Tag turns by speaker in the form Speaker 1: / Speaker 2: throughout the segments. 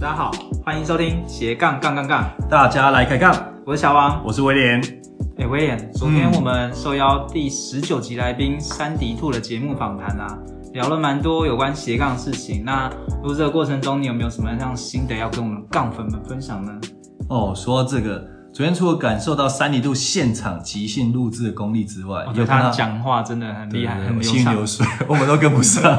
Speaker 1: 大家好，欢迎收听斜杠杠杠杠，
Speaker 2: 大家来开杠，
Speaker 1: 我是小王。
Speaker 2: 我是威廉。
Speaker 1: 哎、威廉，昨天
Speaker 2: 嗯
Speaker 1: 我们受邀第十九集来宾山迪兔的节目访谈啊，聊了蛮多有关斜杠的事情。那录制的过程中，你有没有什么样心得要跟我们杠粉们分享呢？
Speaker 2: 哦，说到这个，昨天除了感受到三里度现场即兴录制的功力之外，
Speaker 1: 我觉
Speaker 2: 啊也有
Speaker 1: 得
Speaker 2: 看
Speaker 1: 哦他
Speaker 2: 到
Speaker 1: 讲话真的很厉害，
Speaker 2: 对
Speaker 1: 很
Speaker 2: 我
Speaker 1: 流
Speaker 2: 行云
Speaker 1: 畅。
Speaker 2: 流水， 我们都跟 不上。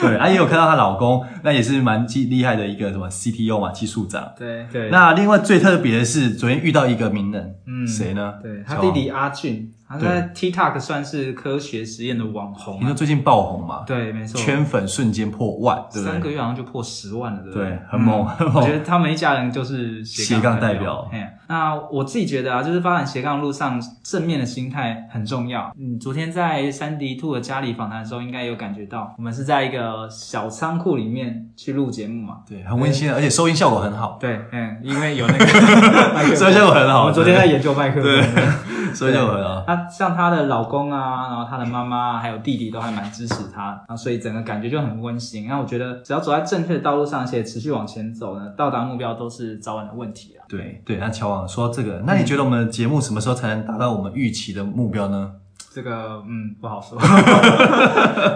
Speaker 2: 对，啊，也有看到她老公，那也是蛮技厉害的一个什么 CTO 嘛，技术长。
Speaker 1: 对对，
Speaker 2: 那另外最特别的是，昨天遇到一个名人，
Speaker 1: 嗯
Speaker 2: 谁呢？
Speaker 1: 对他
Speaker 2: 小
Speaker 1: 弟
Speaker 2: 王
Speaker 1: 弟阿俊，他在 TikTok 算是科学实验的网红
Speaker 2: 你
Speaker 1: 啊、
Speaker 2: 说最近爆红嘛，
Speaker 1: 对，没错，
Speaker 2: 圈粉瞬间破万，对不
Speaker 1: 三个
Speaker 2: 对？
Speaker 1: 月好像就破十万了，对不对？
Speaker 2: 对很猛
Speaker 1: 嗯
Speaker 2: 很
Speaker 1: 我
Speaker 2: 猛
Speaker 1: 觉得他们一家人就是杠
Speaker 2: 斜杠代表
Speaker 1: 嘿那我自己觉得啊，就是发展斜杠路上正面的心态很重要。嗯，昨天在三 D Two 的家里访谈的时候，应该有感觉到，我们是在一个小仓库里面去录节目嘛。
Speaker 2: 对，很温馨的，啊而且收音效果很 好，
Speaker 1: 对，嗯，因为有那个 麦克风
Speaker 2: 收音效果很好。
Speaker 1: 我们昨天在研究麦克
Speaker 2: 对
Speaker 1: 风。
Speaker 2: 对收音效果很好。
Speaker 1: 她像她的老公啊，然后她的妈妈啊还有弟弟都还蛮支持她，啊，所以整个感觉就很温馨。那我觉得只要走在正确的道路上，而且持续往前走呢，到达目标都是早晚的问题啊。
Speaker 2: 对对，那乔王说到这个，那你觉得我们的节目什么时候才能达到我们预期的目标呢？
Speaker 1: 这个嗯不好说，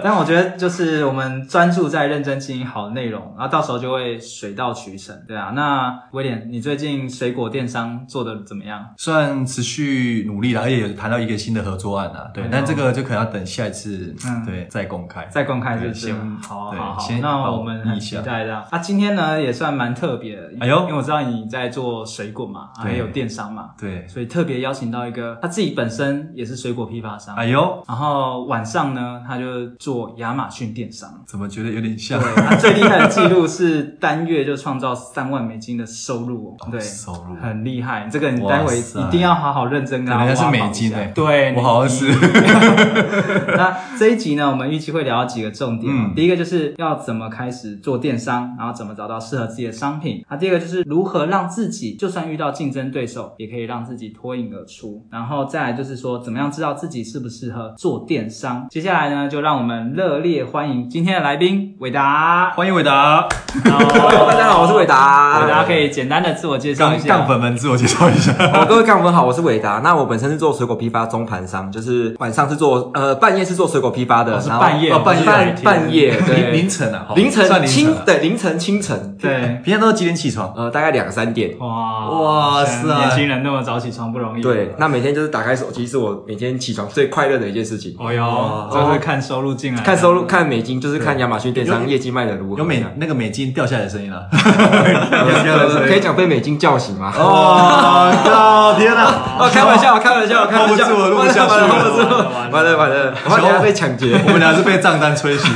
Speaker 1: 但我觉得就是我们专注在认真经营好内容，然后到时候就会水到渠成，对啊。那威廉，你最近水果电商做的怎么样？
Speaker 2: 虽然持续努力了，而且有谈到一个新的合作案啊，对
Speaker 1: 哎，呦
Speaker 2: 但这个就可能要等下一次
Speaker 1: 嗯
Speaker 2: 对再公开。
Speaker 1: 再公开就是
Speaker 2: 对先
Speaker 1: 好
Speaker 2: 对
Speaker 1: 好好，
Speaker 2: 先
Speaker 1: 那
Speaker 2: 保
Speaker 1: 我们
Speaker 2: 密
Speaker 1: 很
Speaker 2: 一
Speaker 1: 期
Speaker 2: 下
Speaker 1: 待的啊。啊，今天呢也算蛮特别的，
Speaker 2: 哎呦
Speaker 1: 因为我知道你在做水果嘛，啊
Speaker 2: 对
Speaker 1: 还有电商嘛，
Speaker 2: 对，
Speaker 1: 所以特别邀请到一个他自己本身也是水果批发商，
Speaker 2: 哎呦，
Speaker 1: 然后晚上呢他就做亚马逊电商。
Speaker 2: 怎么觉得有点像
Speaker 1: 对，他最厉害的记录是单月就创造三万美金的收入哦，对，
Speaker 2: 收入？
Speaker 1: 很厉害。这个你
Speaker 2: 哇
Speaker 1: 待会
Speaker 2: 塞
Speaker 1: 一定要好好认真跟
Speaker 2: 可
Speaker 1: 他
Speaker 2: 能
Speaker 1: 挖
Speaker 2: 是
Speaker 1: 宝
Speaker 2: 美
Speaker 1: 一
Speaker 2: 金
Speaker 1: 下
Speaker 2: 诶，
Speaker 1: 对，
Speaker 2: 我好像
Speaker 1: 美金
Speaker 2: 是
Speaker 1: 那这一集呢，我们预期会聊到几个重点、哦
Speaker 2: 嗯
Speaker 1: 第一个就是要怎么开始做电商，然后怎么找到适合自己的商品。那第二个就是如何让自己，就算遇到竞争对手，也可以让自己脱颖而出。然后再来就是说，怎么样知道自己适不适合做电商。接下来呢，就让我们热烈欢迎今天的来宾韦达。
Speaker 2: 欢迎伟达，
Speaker 1: Hello，
Speaker 3: 大家好，我是伟达。
Speaker 1: 韦达可以简单的自我介绍一
Speaker 2: 杠
Speaker 1: 下。
Speaker 2: 杠粉们自我介绍一下。
Speaker 3: 好，各位杠粉好，我是伟达。那我本身是做水果批发中盘商，就是晚上是做呃半夜是做水果批发的，
Speaker 1: 哦是
Speaker 3: 然后
Speaker 1: 半夜
Speaker 3: 哦半
Speaker 1: 不
Speaker 3: 夜
Speaker 1: 是白天
Speaker 3: 半半夜对
Speaker 2: 凌凌晨啊，好
Speaker 3: 凌
Speaker 2: 算
Speaker 3: 晨
Speaker 2: 凌
Speaker 3: 清
Speaker 2: 晨啊。
Speaker 3: 对凌晨清晨
Speaker 1: 对，
Speaker 2: 平常都是几点起床？
Speaker 3: 呃大概两三点。
Speaker 1: 哇
Speaker 2: 哇
Speaker 1: 现在
Speaker 2: 塞
Speaker 1: 年轻人那么早起床不容易。
Speaker 3: 对，那每天就是打开手机，是我每天起床最快乐的一件事情。
Speaker 1: 哦哟，就是看收入进来，
Speaker 3: 看收入，看美金，就是看亚马逊电商
Speaker 2: 有
Speaker 3: 业绩卖的如何。
Speaker 2: 有美
Speaker 3: 这样
Speaker 2: 那个美金掉下来的声音啊了。
Speaker 3: 呃可以讲被美金叫醒吗？
Speaker 2: 哦靠！天哪！
Speaker 3: 哦，开玩笑，开玩笑，开玩笑，
Speaker 2: 录不住了录不下去了
Speaker 3: 完了，完了完了完了完了，我怕等一下被抢劫。
Speaker 2: 我们俩是被账单吹醒。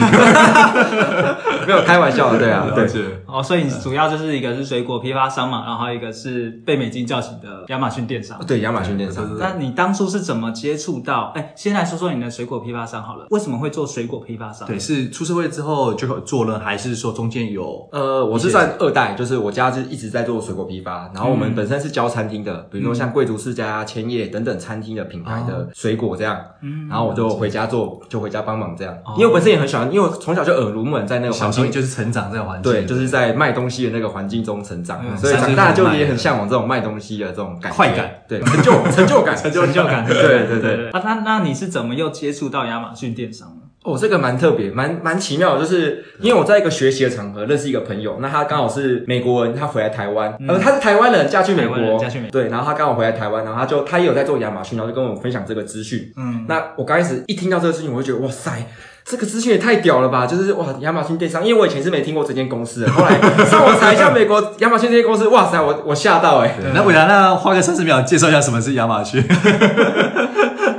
Speaker 3: 没有开玩笑的，对啊，对
Speaker 2: 了。解
Speaker 1: 哦，所以你主要就是一个是水果批发商嘛，然后还有一个是被美金叫醒的亚马逊电商。
Speaker 3: 对亚马逊电商，
Speaker 1: 那你当初是怎么接触到？哎，先来说说你的水果批发商好了，为什么会做水果批发商？
Speaker 2: 对，是出社会之后就做了，还是说中间有
Speaker 3: 呃，我是算二代，就是我家是一直在做水果批发，然后我们本身是教餐厅的，比如说像贵族世家、千叶等等餐厅的品牌的水果这样，然后我就回家做，就回家帮忙这样，因为我本身也很喜欢，因为我从小就耳濡目染在那个环
Speaker 2: 小时候
Speaker 3: 境。
Speaker 2: 就是成长在环境？
Speaker 3: 对，就是在卖东西的那个环境中成长，
Speaker 1: 嗯
Speaker 3: 所以长大就
Speaker 2: 三十年
Speaker 3: 也很向往这种卖东西的这种感觉
Speaker 2: 快感，
Speaker 3: 对，成就成就感，
Speaker 1: 成就成就感。
Speaker 3: 对对对。
Speaker 1: 啊，那那你是怎么又接触到亚马逊电商呢？
Speaker 3: 哦，这个蛮特别，蛮蛮奇妙的，就是因为我在一个学习的场合认识一个朋友，那他刚好是美国人，他回来台湾，呃，他是台湾人，嫁去
Speaker 1: 嗯
Speaker 3: 美
Speaker 1: 台湾人
Speaker 3: 国，
Speaker 1: 嫁去美国
Speaker 3: 对，然后他刚好回来台湾，然后他就他也有在做亚马逊，然后就跟我分享这个资讯。
Speaker 1: 嗯，
Speaker 3: 那我刚开始一听到这个资讯，我就觉得哇塞。这个资讯也太屌了吧！就是哇，亚马逊电商，因为我以前是没听过这间公司的，后 来上网查一下美国亚马逊这间公司，哇塞，我我吓到哎、欸！
Speaker 2: 对。那伟达，那花个三十秒介绍一下什么是亚马逊？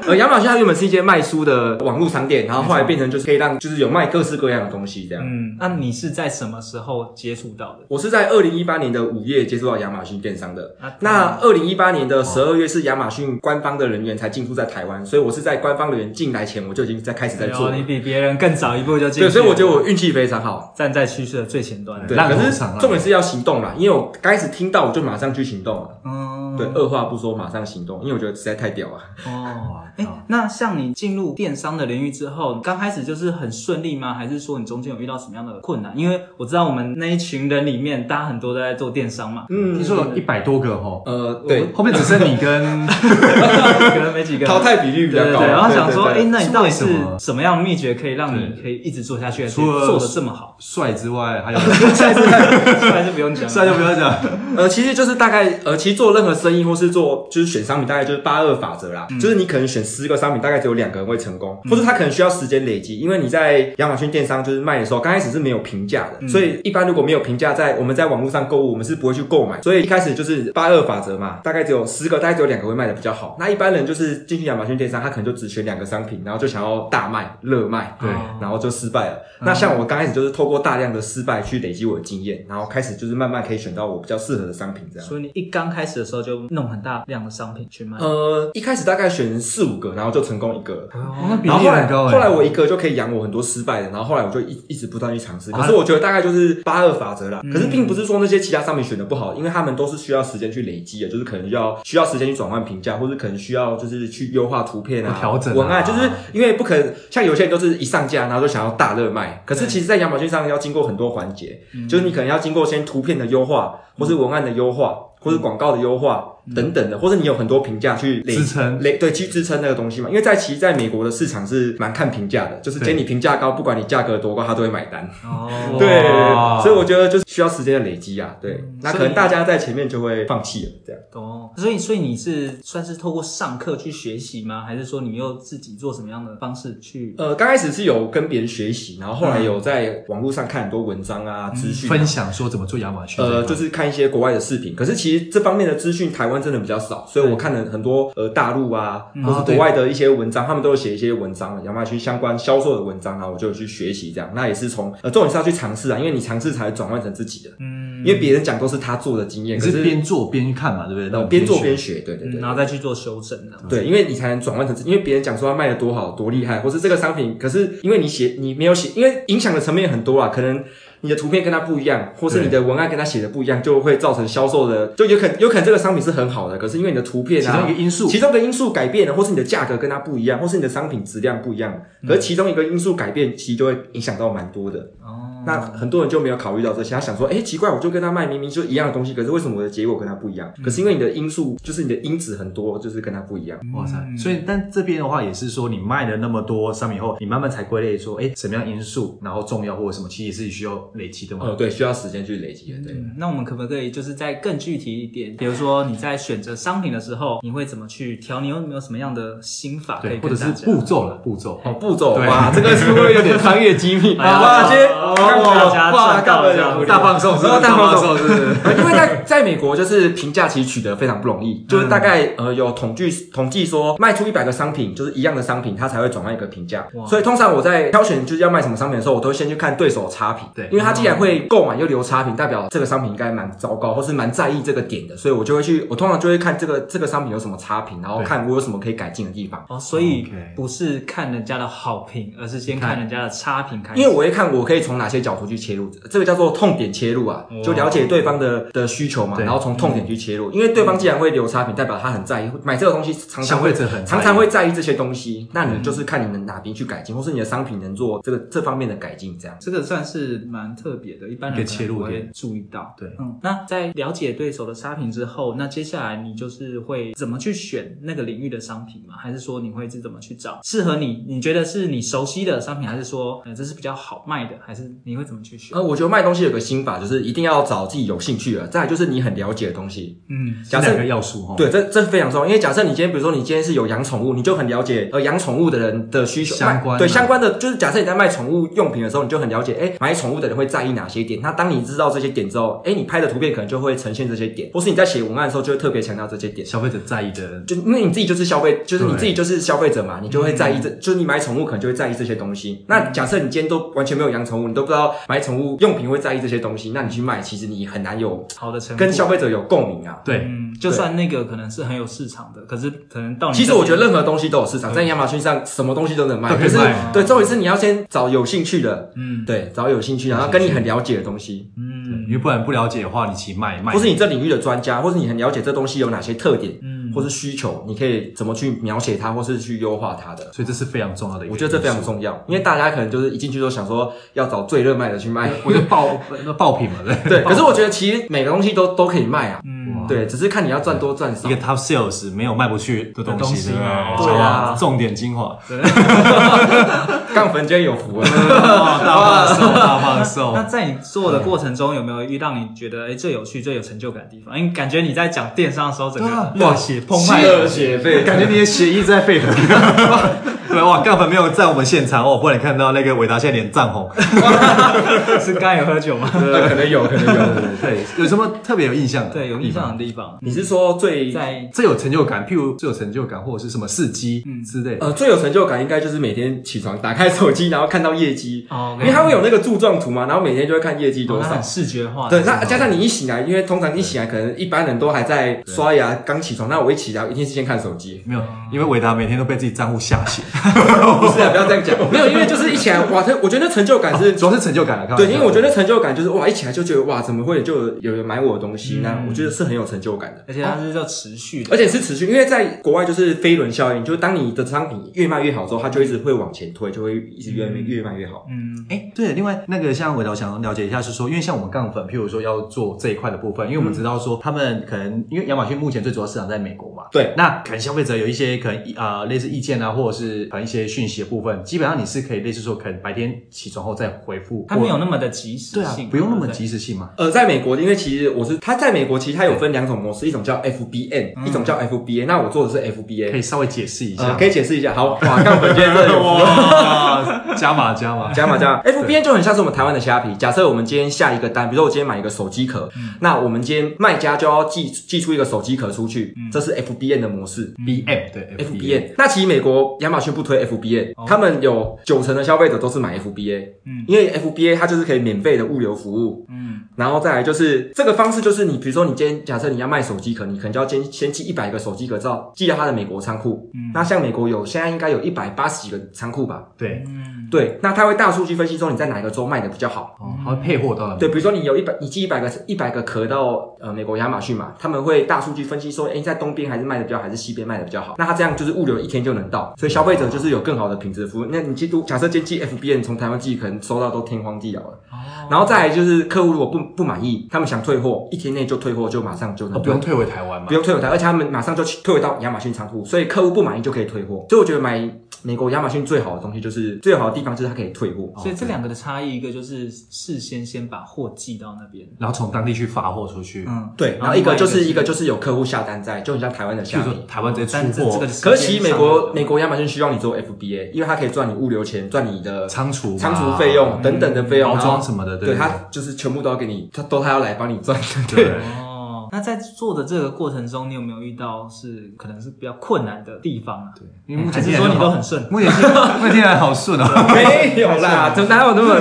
Speaker 3: 呃，亚马逊它原本是一间卖书的网络商店，然后后来变成就是可以让就是有卖各式各样的东西这样。
Speaker 1: 嗯，那你是在什么时候接触到的？
Speaker 3: 我是在二零一八年的五月接触到亚马逊电商的
Speaker 1: 啊。
Speaker 3: 那二零一八年的十二月是亚马逊官方的人员才进驻在台湾，所以我是在官方人员进来前我就已经在开始在做
Speaker 1: 哎呦你。比别人更早一步就进去
Speaker 3: 对，
Speaker 1: 了，
Speaker 3: 所以我觉得我运气非常好。
Speaker 1: 站在趋势的最前端。
Speaker 3: 对，
Speaker 2: 浪
Speaker 3: 可
Speaker 2: 头
Speaker 1: 啊
Speaker 3: 是
Speaker 2: 上浪头
Speaker 3: 重点是要行动啦，因为我刚开始听到我就马上去行动了。
Speaker 1: 嗯，
Speaker 3: 对，二话不说马上行动，因为我觉得实在太屌了。
Speaker 1: 哦，
Speaker 2: 哇
Speaker 1: 哎、
Speaker 2: 好
Speaker 1: 那像你进入电商的领域之后，刚开始就是很顺利吗？还是说你中间有遇到什么样的困难？因为我知道我们那一群人里面，大家很多都在做电商嘛，
Speaker 3: 嗯
Speaker 2: 听说有一百多个哦，
Speaker 3: 呃，对，
Speaker 2: 后面只剩你跟
Speaker 1: 可能没几个人
Speaker 3: 淘汰比率比
Speaker 1: 对
Speaker 3: 较
Speaker 1: 对
Speaker 3: 高。啊
Speaker 1: 对，然后想说，
Speaker 3: 对
Speaker 1: 哎、
Speaker 3: 对
Speaker 1: 那你到底是
Speaker 2: 是为什么
Speaker 1: 什么样的秘诀可以让你
Speaker 2: 对
Speaker 1: 可以一直做下去，而且
Speaker 2: 除了？
Speaker 1: 做的这么好
Speaker 2: 帅之外，还有
Speaker 1: 下一次看，下一次不用讲了。
Speaker 2: 帅就不要讲，
Speaker 3: 呃，其实就是大概呃，其实做任何生意或是做就是选商品，大概就是八二法则啦。就是你可能选十个商品，大概只有两个人会成功，或者他可能需要时间累积，因为你在亚马逊电商就是卖的时候，刚开始是没有评价的，所以一般如果没有评价，在我们在网络上购物，我们是不会去购买。所以一开始就是八二法则嘛，大概只有十个，大概只有两个会卖的比较好。那一般人就是进去亚马逊电商，他可能就只选两个商品，然后就想要大卖热卖，
Speaker 2: 对
Speaker 3: 然后就失败了。
Speaker 1: 嗯
Speaker 3: 那像我刚开始就是透过大量的失败去累积我的经验，然后开始就是慢慢可以选到我比较适合的商品这样。
Speaker 1: 所以你一刚开始的时候就弄很大量的商品去卖，
Speaker 3: 呃，一开始大概选四五个，然后就成功一个了。
Speaker 2: 那比
Speaker 3: 然后
Speaker 2: 例
Speaker 3: 后来，
Speaker 2: 很高哎。
Speaker 3: 后来我一个就可以养我很多失败的，然后后来我就一一直不断去尝试。
Speaker 2: 啊
Speaker 3: 可是我觉得大概就是八二法则啦。
Speaker 2: 嗯
Speaker 3: 可是并不是说那些其他商品选的不好，因为他们都是需要时间去累积的，就是可能要需要时间去转换评价，或是可能需要就是去优化图片啊、
Speaker 2: 调整啊
Speaker 3: 文案，就是因为不可能像有些人都是一上架然后就想要大热卖，可是其实在亚马逊上要经过很多环节，
Speaker 2: 嗯
Speaker 3: 就是你可能要经过先图片的优化，或是文案的优化，或
Speaker 2: 嗯
Speaker 3: 是广告的优化。等等的，或是你有很多评价去累
Speaker 2: 支撑
Speaker 3: 累对去支撑那个东西嘛，因为在其实在美国的市场是蛮看评价的，就是
Speaker 2: 对
Speaker 3: 只要你评价高，不管你价格多高，他都会买单。
Speaker 1: 哦
Speaker 2: 哇
Speaker 3: 对，所以我觉得就是需要时间的累积啊。对，
Speaker 2: 嗯
Speaker 3: 那可能大家在前面就会放弃了，这样。
Speaker 1: 懂。所以，所以你是算是透过上课去学习吗？还是说你又自己做什么样的方式去？
Speaker 3: 呃，刚开始是有跟别人学习，然后后来有在网络上看很多文章啊、资讯啊、
Speaker 2: 嗯分享说怎么做亚马逊这一块，
Speaker 3: 呃，就是看一些国外的视频，可是其实这方面的资讯台湾真的比较少，所以我看了很多呃大陆啊，或是国外的一些文章，他们都有写一些文章，亚马逊相关销售的文章，然啊后我就有去学习这样。那也是从呃重点是要去尝试啊，因为你尝试才转换成自己的，嗯，因为别人讲都是他做的经验，
Speaker 2: 你
Speaker 3: 可
Speaker 2: 是
Speaker 3: 是
Speaker 2: 边做边看嘛，对不对？那
Speaker 3: 呃
Speaker 2: 我
Speaker 3: 边做
Speaker 2: 学
Speaker 3: 边学，对对
Speaker 1: 嗯
Speaker 3: 对。
Speaker 1: 然后再去做修正啊呢？
Speaker 3: 对，因为你才能转换成自己，因为别人讲说他卖的多好多厉害，或是这个商品，可是因为你写你没有写，因为影响的层面很多啊，可能你的图片跟他不一样，或是你的文案跟他写的不一样，就会造成销售的，就有可能有可能这个商品是很好的，可是因为你的图片
Speaker 2: 其
Speaker 3: 啊，
Speaker 2: 中一个因素
Speaker 3: 其中一个因素改变了，或是你的价格跟它不一样，或是你的商品质量不一样，可是其中一个因素改变，其实就会影响到蛮多的。
Speaker 1: 哦，
Speaker 3: 那很多人就没有考虑到这些，他想说，哎、奇怪，我就跟他卖明明就一样的东西，可是为什么我的结果跟他不一样？可是因为你的因素，就是你的因子很多，就是跟他不一样。
Speaker 2: 哇塞！所以，但这边的话也是说，你卖了那么多商品后，你慢慢才归类说，哎，什么样因素然后重要或者什么，其实也是需要累积的嘛。
Speaker 3: 呃，对，需要时间去累积的，对。
Speaker 1: 嗯那我们可不可以就是再更具体一点？比如说你在选择商品的时候，你会怎么去挑？你有没有什么样的心法可以
Speaker 2: 对，或
Speaker 1: 跟
Speaker 2: 者
Speaker 1: 大家
Speaker 2: 是步骤了，步骤。
Speaker 3: 哦，步骤
Speaker 2: 对
Speaker 3: 哇，这个是不是有点商业机密？
Speaker 1: 哎呀
Speaker 3: 哇，今天
Speaker 1: 哦
Speaker 3: 看我
Speaker 1: 大家
Speaker 3: 哇，
Speaker 1: 赚到
Speaker 3: 干
Speaker 1: 了
Speaker 3: 了
Speaker 1: 这样
Speaker 3: 两
Speaker 2: 大放送是不是？
Speaker 3: 哦大
Speaker 2: 大
Speaker 3: 放
Speaker 2: 放
Speaker 3: 送
Speaker 2: 送是不是？
Speaker 3: 因为在在美国，就是评价其实取得非常不容易，就是大概呃有统计统计说，卖出一百个商品，就是一样的商品，它才会转换一个评价
Speaker 1: 哇。
Speaker 3: 所以通常我在挑选就是要卖什么商品的时候，我都会先去看对手差评，
Speaker 2: 对
Speaker 3: 因为他既然会购买又留差评，代表这个商品应该蛮糟糕，或是蛮在意这个点的，所以我就会去，我通常就会看这个这个商品有什么差评，然后
Speaker 2: 对
Speaker 3: 看我有什么可以改进的地方。
Speaker 1: 哦，所以
Speaker 2: OK
Speaker 1: 不是看人家的好评，而是先看人家的差评开始。
Speaker 3: 因为我会看我可以从哪些角度去切入，这个叫做痛点切入啊，就了解对方的的需求嘛，
Speaker 2: 哦对嗯
Speaker 3: 然后从痛点去切入。因为对方既然会留差评，代表他很在意买这个东西，常常会
Speaker 2: 消费者很在意
Speaker 3: 常常会在意这些东西。那你就是看你能哪边去
Speaker 2: 嗯
Speaker 3: 改进，或是你的商品能做这个这方面的改进，这样。
Speaker 1: 这个算是蛮特别的，一般人
Speaker 2: 一个切入
Speaker 1: 可能不会
Speaker 2: 点
Speaker 1: 注意到。
Speaker 2: 对
Speaker 1: 嗯，那在了解对手的差评之后，那接下来你就是会怎么去选那个领域的商品吗？还是说你会是怎么去找适合你？你觉得是你熟悉的商品，还是说呃这是比较好卖的？还是你会怎么去选？
Speaker 3: 呃，我觉得卖东西有个心法，就是一定要找自己有兴趣的，再来就是你很了解的东西。
Speaker 1: 嗯，
Speaker 2: 这
Speaker 3: 假设
Speaker 2: 两个要素哦哈，
Speaker 3: 对，这这非常重要，因为假设你今天，比如说你今天是有养宠物，你就很了解呃养宠物的人的需求，
Speaker 2: 相
Speaker 3: 卖
Speaker 2: 关的
Speaker 3: 对相关的，就是假设你在卖宠物用品的时候，你就很了解，哎，买宠物的人会在意哪些点？那当你知道这些点之后，哎，你拍的图片可能就会呈现这些点，或是你在写文案的时候就会特别强调这些点。
Speaker 2: 消费者在意的
Speaker 3: 就因为你自己就是消费，就是你
Speaker 2: 对嗯
Speaker 3: 自己就是消费者嘛，你就会在意这，就是你买宠物可能就会在意这些东西。那假设你今天都完全没有养宠物，你都不知道买宠物用品会在意这些东西，那你去卖，其实你很难有
Speaker 1: 好的成果
Speaker 3: 跟消费者有共鸣啊。
Speaker 2: 对，
Speaker 1: 嗯，就算那个可能是很有市场的，可是呃可能到你
Speaker 3: 其实我觉得
Speaker 1: 这边
Speaker 3: 任何东西都有市场，在亚马逊上什么东西都能卖，啊
Speaker 2: 都可
Speaker 3: 可
Speaker 2: 以
Speaker 3: 是
Speaker 2: 卖
Speaker 3: 对，重点是你要先找有兴趣的，
Speaker 1: 嗯
Speaker 3: 对，找有兴趣，然后后跟你很了解的东西，
Speaker 1: 嗯
Speaker 2: 因为不然不了解的话，你其实卖也卖
Speaker 3: 或是你这领域的专家，或是你很了解这东西有哪些特点，
Speaker 1: 嗯
Speaker 3: 或是需求，你可以怎么去描写它，或是去优化它的。
Speaker 2: 所以这是非常重要的一个
Speaker 3: 我
Speaker 2: 因
Speaker 3: 觉
Speaker 2: 素。
Speaker 3: 得这非常重要，因为大家可能就是一进去就想说要找最热卖的去 卖，
Speaker 2: 我就爆那爆品嘛，对不
Speaker 3: 对。可是我觉得其实每个东西都都可以卖啊，
Speaker 1: 嗯，
Speaker 3: 对，只是看你要赚多赚少
Speaker 2: 一。个 top sales 没有卖不去的东
Speaker 1: 东
Speaker 2: 西，
Speaker 1: 西
Speaker 2: 对不
Speaker 1: 嘛
Speaker 2: 对？
Speaker 3: 对啊
Speaker 2: 哇重点精华，
Speaker 3: 杠粉今天有福了。
Speaker 2: 哇大放送，大放
Speaker 1: 那
Speaker 2: 送。
Speaker 1: 在你做的过程中，有没有遇到你觉得哎、诶最有趣、最有成就感的地方？因为感觉你在讲电商的时候，整个
Speaker 2: 对啊
Speaker 1: 热 血澎湃，
Speaker 3: 血 沸
Speaker 2: 感觉你的血液在沸腾， 对哇，杠粉没有在我们现场哦，不然你看到那个伟达现在脸涨红。
Speaker 1: 是刚有喝酒吗？
Speaker 3: 可能有，可能有。
Speaker 2: 对， 有什么特别有印象的？
Speaker 1: 对，有印象的地方，哦
Speaker 3: 你是说最
Speaker 1: 嗯在
Speaker 2: 最有成就感，譬如最有成就感或者是什么事机之类的。。
Speaker 3: 呃最有成就感，应该就是每天起床打开手机，然后看到业绩，
Speaker 1: 哦
Speaker 3: 因为它会有那个柱状图嘛，然后每天就会看业绩多
Speaker 1: 哦它
Speaker 3: 少
Speaker 1: 很。啊视觉化
Speaker 3: 对，
Speaker 1: 的，
Speaker 3: 那加上你一醒来，因为通常一醒来，可能一般人都还在刷牙，刚起床。那我一起来，我一定是先看手机
Speaker 2: 没有，因为伟达每天都被自己账户吓醒，
Speaker 3: 不是啊，不要这样讲。没有，因为就是一起来，哇，这我觉得那成就感
Speaker 1: 哦
Speaker 3: 是
Speaker 2: 主要是成就感了。开玩笑
Speaker 3: 对，因为我觉得成就感就是哇，一起来就觉得哇，怎么会就有人买我的东
Speaker 1: 嗯
Speaker 3: 西？那我觉得是很有成就感的。
Speaker 1: 而且它是就持续的，
Speaker 3: 哦而且是持续，因为在国外就是飞轮效应，就是当你的商品越卖越好之后，它就一直会往前推，就会一直越卖越卖越好。
Speaker 1: 嗯，
Speaker 2: 哎，对，另外那个像我想了解一下，是说，因为像我们杠粉，譬如说要做这一块的部分，因为我们知道说他们可能因为亚马逊目前最主要市场在美国嘛，
Speaker 3: 对
Speaker 2: 那可能消费者有一些可能啊、呃类似意见啊，或者是可能一些讯息的部分，基本上你是可以类似说，可能白天起床后再回复，
Speaker 1: 它没有
Speaker 2: 或
Speaker 1: 那么的及时
Speaker 2: 对啊
Speaker 1: 性，，
Speaker 2: 不用那么
Speaker 1: 对对
Speaker 2: 及时性嘛，
Speaker 3: 呃，在美国，因为其实我是它在美国，其实它有分两种模式，一种叫 FBN，、一种叫 FBA。那嗯我做的是
Speaker 2: 可
Speaker 3: FBA，
Speaker 2: 以稍微解释一
Speaker 3: 呃，
Speaker 2: 下，
Speaker 3: 可以解释一下。好，哇，杠粉今天真的有福了。
Speaker 2: 哇，加码加码，
Speaker 3: 加码加 码，FBN 就很像是我们台湾的虾皮。假设我们今天下一个单，比如说我今天买一个手机壳，那我们今天卖家就要寄寄出一个手机壳出去，这是 FBN 的模式。
Speaker 2: B M 对
Speaker 3: FBN，那其实美国亚马逊不推 FBN，、他们有九成的消费者都是买 FBA，
Speaker 1: 哦嗯
Speaker 3: 因为 FBA 它就是可以免费的物流服务，
Speaker 1: 嗯
Speaker 3: 然后再来就是这个方式，就是你比如说你今天假设你要卖手机壳，你可能就要先先寄一百个手机壳照寄到它的美国仓库，
Speaker 1: 嗯
Speaker 3: 那像美国有现在应该有一百八十几个仓库吧，
Speaker 2: 对，
Speaker 1: 嗯，
Speaker 3: 对，那它会大数据分析说你在哪个州卖的比较好，
Speaker 2: 哦，它会配货到了，
Speaker 3: 对，比如说你有一百，你寄一百个一百个壳到呃美国亚马逊嘛，他们会大数据分析说，哎，在东边还是卖的比较好，还是西边卖的比较好？那它这样就是物流一天就能到，所以消费者就是有更好的品质的服务。那你记住，假设今天寄 FBN 从台湾寄，可能收到都天荒地老了。
Speaker 1: 哦，
Speaker 3: 然后再来就是客户如果不不满意，他们想退货，一天内就退货，就马上就能
Speaker 2: 哦，
Speaker 3: 退。
Speaker 2: 不用退回台湾嘛
Speaker 3: 不，用退回台，而且他们马上就去退回到亚马逊仓库，所以客户不满意就可以退货。所以我觉得买美国亚马逊最好的东西就是最好的地方就是它可以退货。
Speaker 2: 哦
Speaker 1: 所以这两个的差异，一个就是事先先把货寄到那边，
Speaker 2: 然后从当地去发货出去，
Speaker 1: 嗯，
Speaker 3: 嗯对，然后一个就是一个就是有客户下单在，就很像台湾的
Speaker 2: 譬
Speaker 3: 虾
Speaker 2: 如
Speaker 3: 皮
Speaker 2: 说。台湾直接
Speaker 1: 但
Speaker 2: 出
Speaker 1: 这这
Speaker 2: 货
Speaker 1: 个，时间
Speaker 3: 可是其实美
Speaker 1: 上
Speaker 3: 国
Speaker 1: 的
Speaker 3: 美国亚马逊希望你做 FBA，因为它可以赚你物流钱，赚你的
Speaker 2: 仓储嘛
Speaker 3: 仓储费用等等的费用，
Speaker 2: 包
Speaker 3: 然
Speaker 2: 装
Speaker 3: 后
Speaker 2: 什么的，
Speaker 3: 对
Speaker 2: 对
Speaker 3: 它就是全部都要给你，它都他要来帮你赚。
Speaker 2: 对对
Speaker 1: 哦，那在做的这个过程中，你有没有遇到是可能是比较困难的地方啊？对，
Speaker 2: 因为目
Speaker 1: 还
Speaker 2: 前
Speaker 1: 是
Speaker 2: 听起来
Speaker 1: 说你
Speaker 2: 好
Speaker 1: 都很 顺？
Speaker 2: 目前听目前听起来好顺哦，
Speaker 3: 没 有啦，怎么哪有啊那么？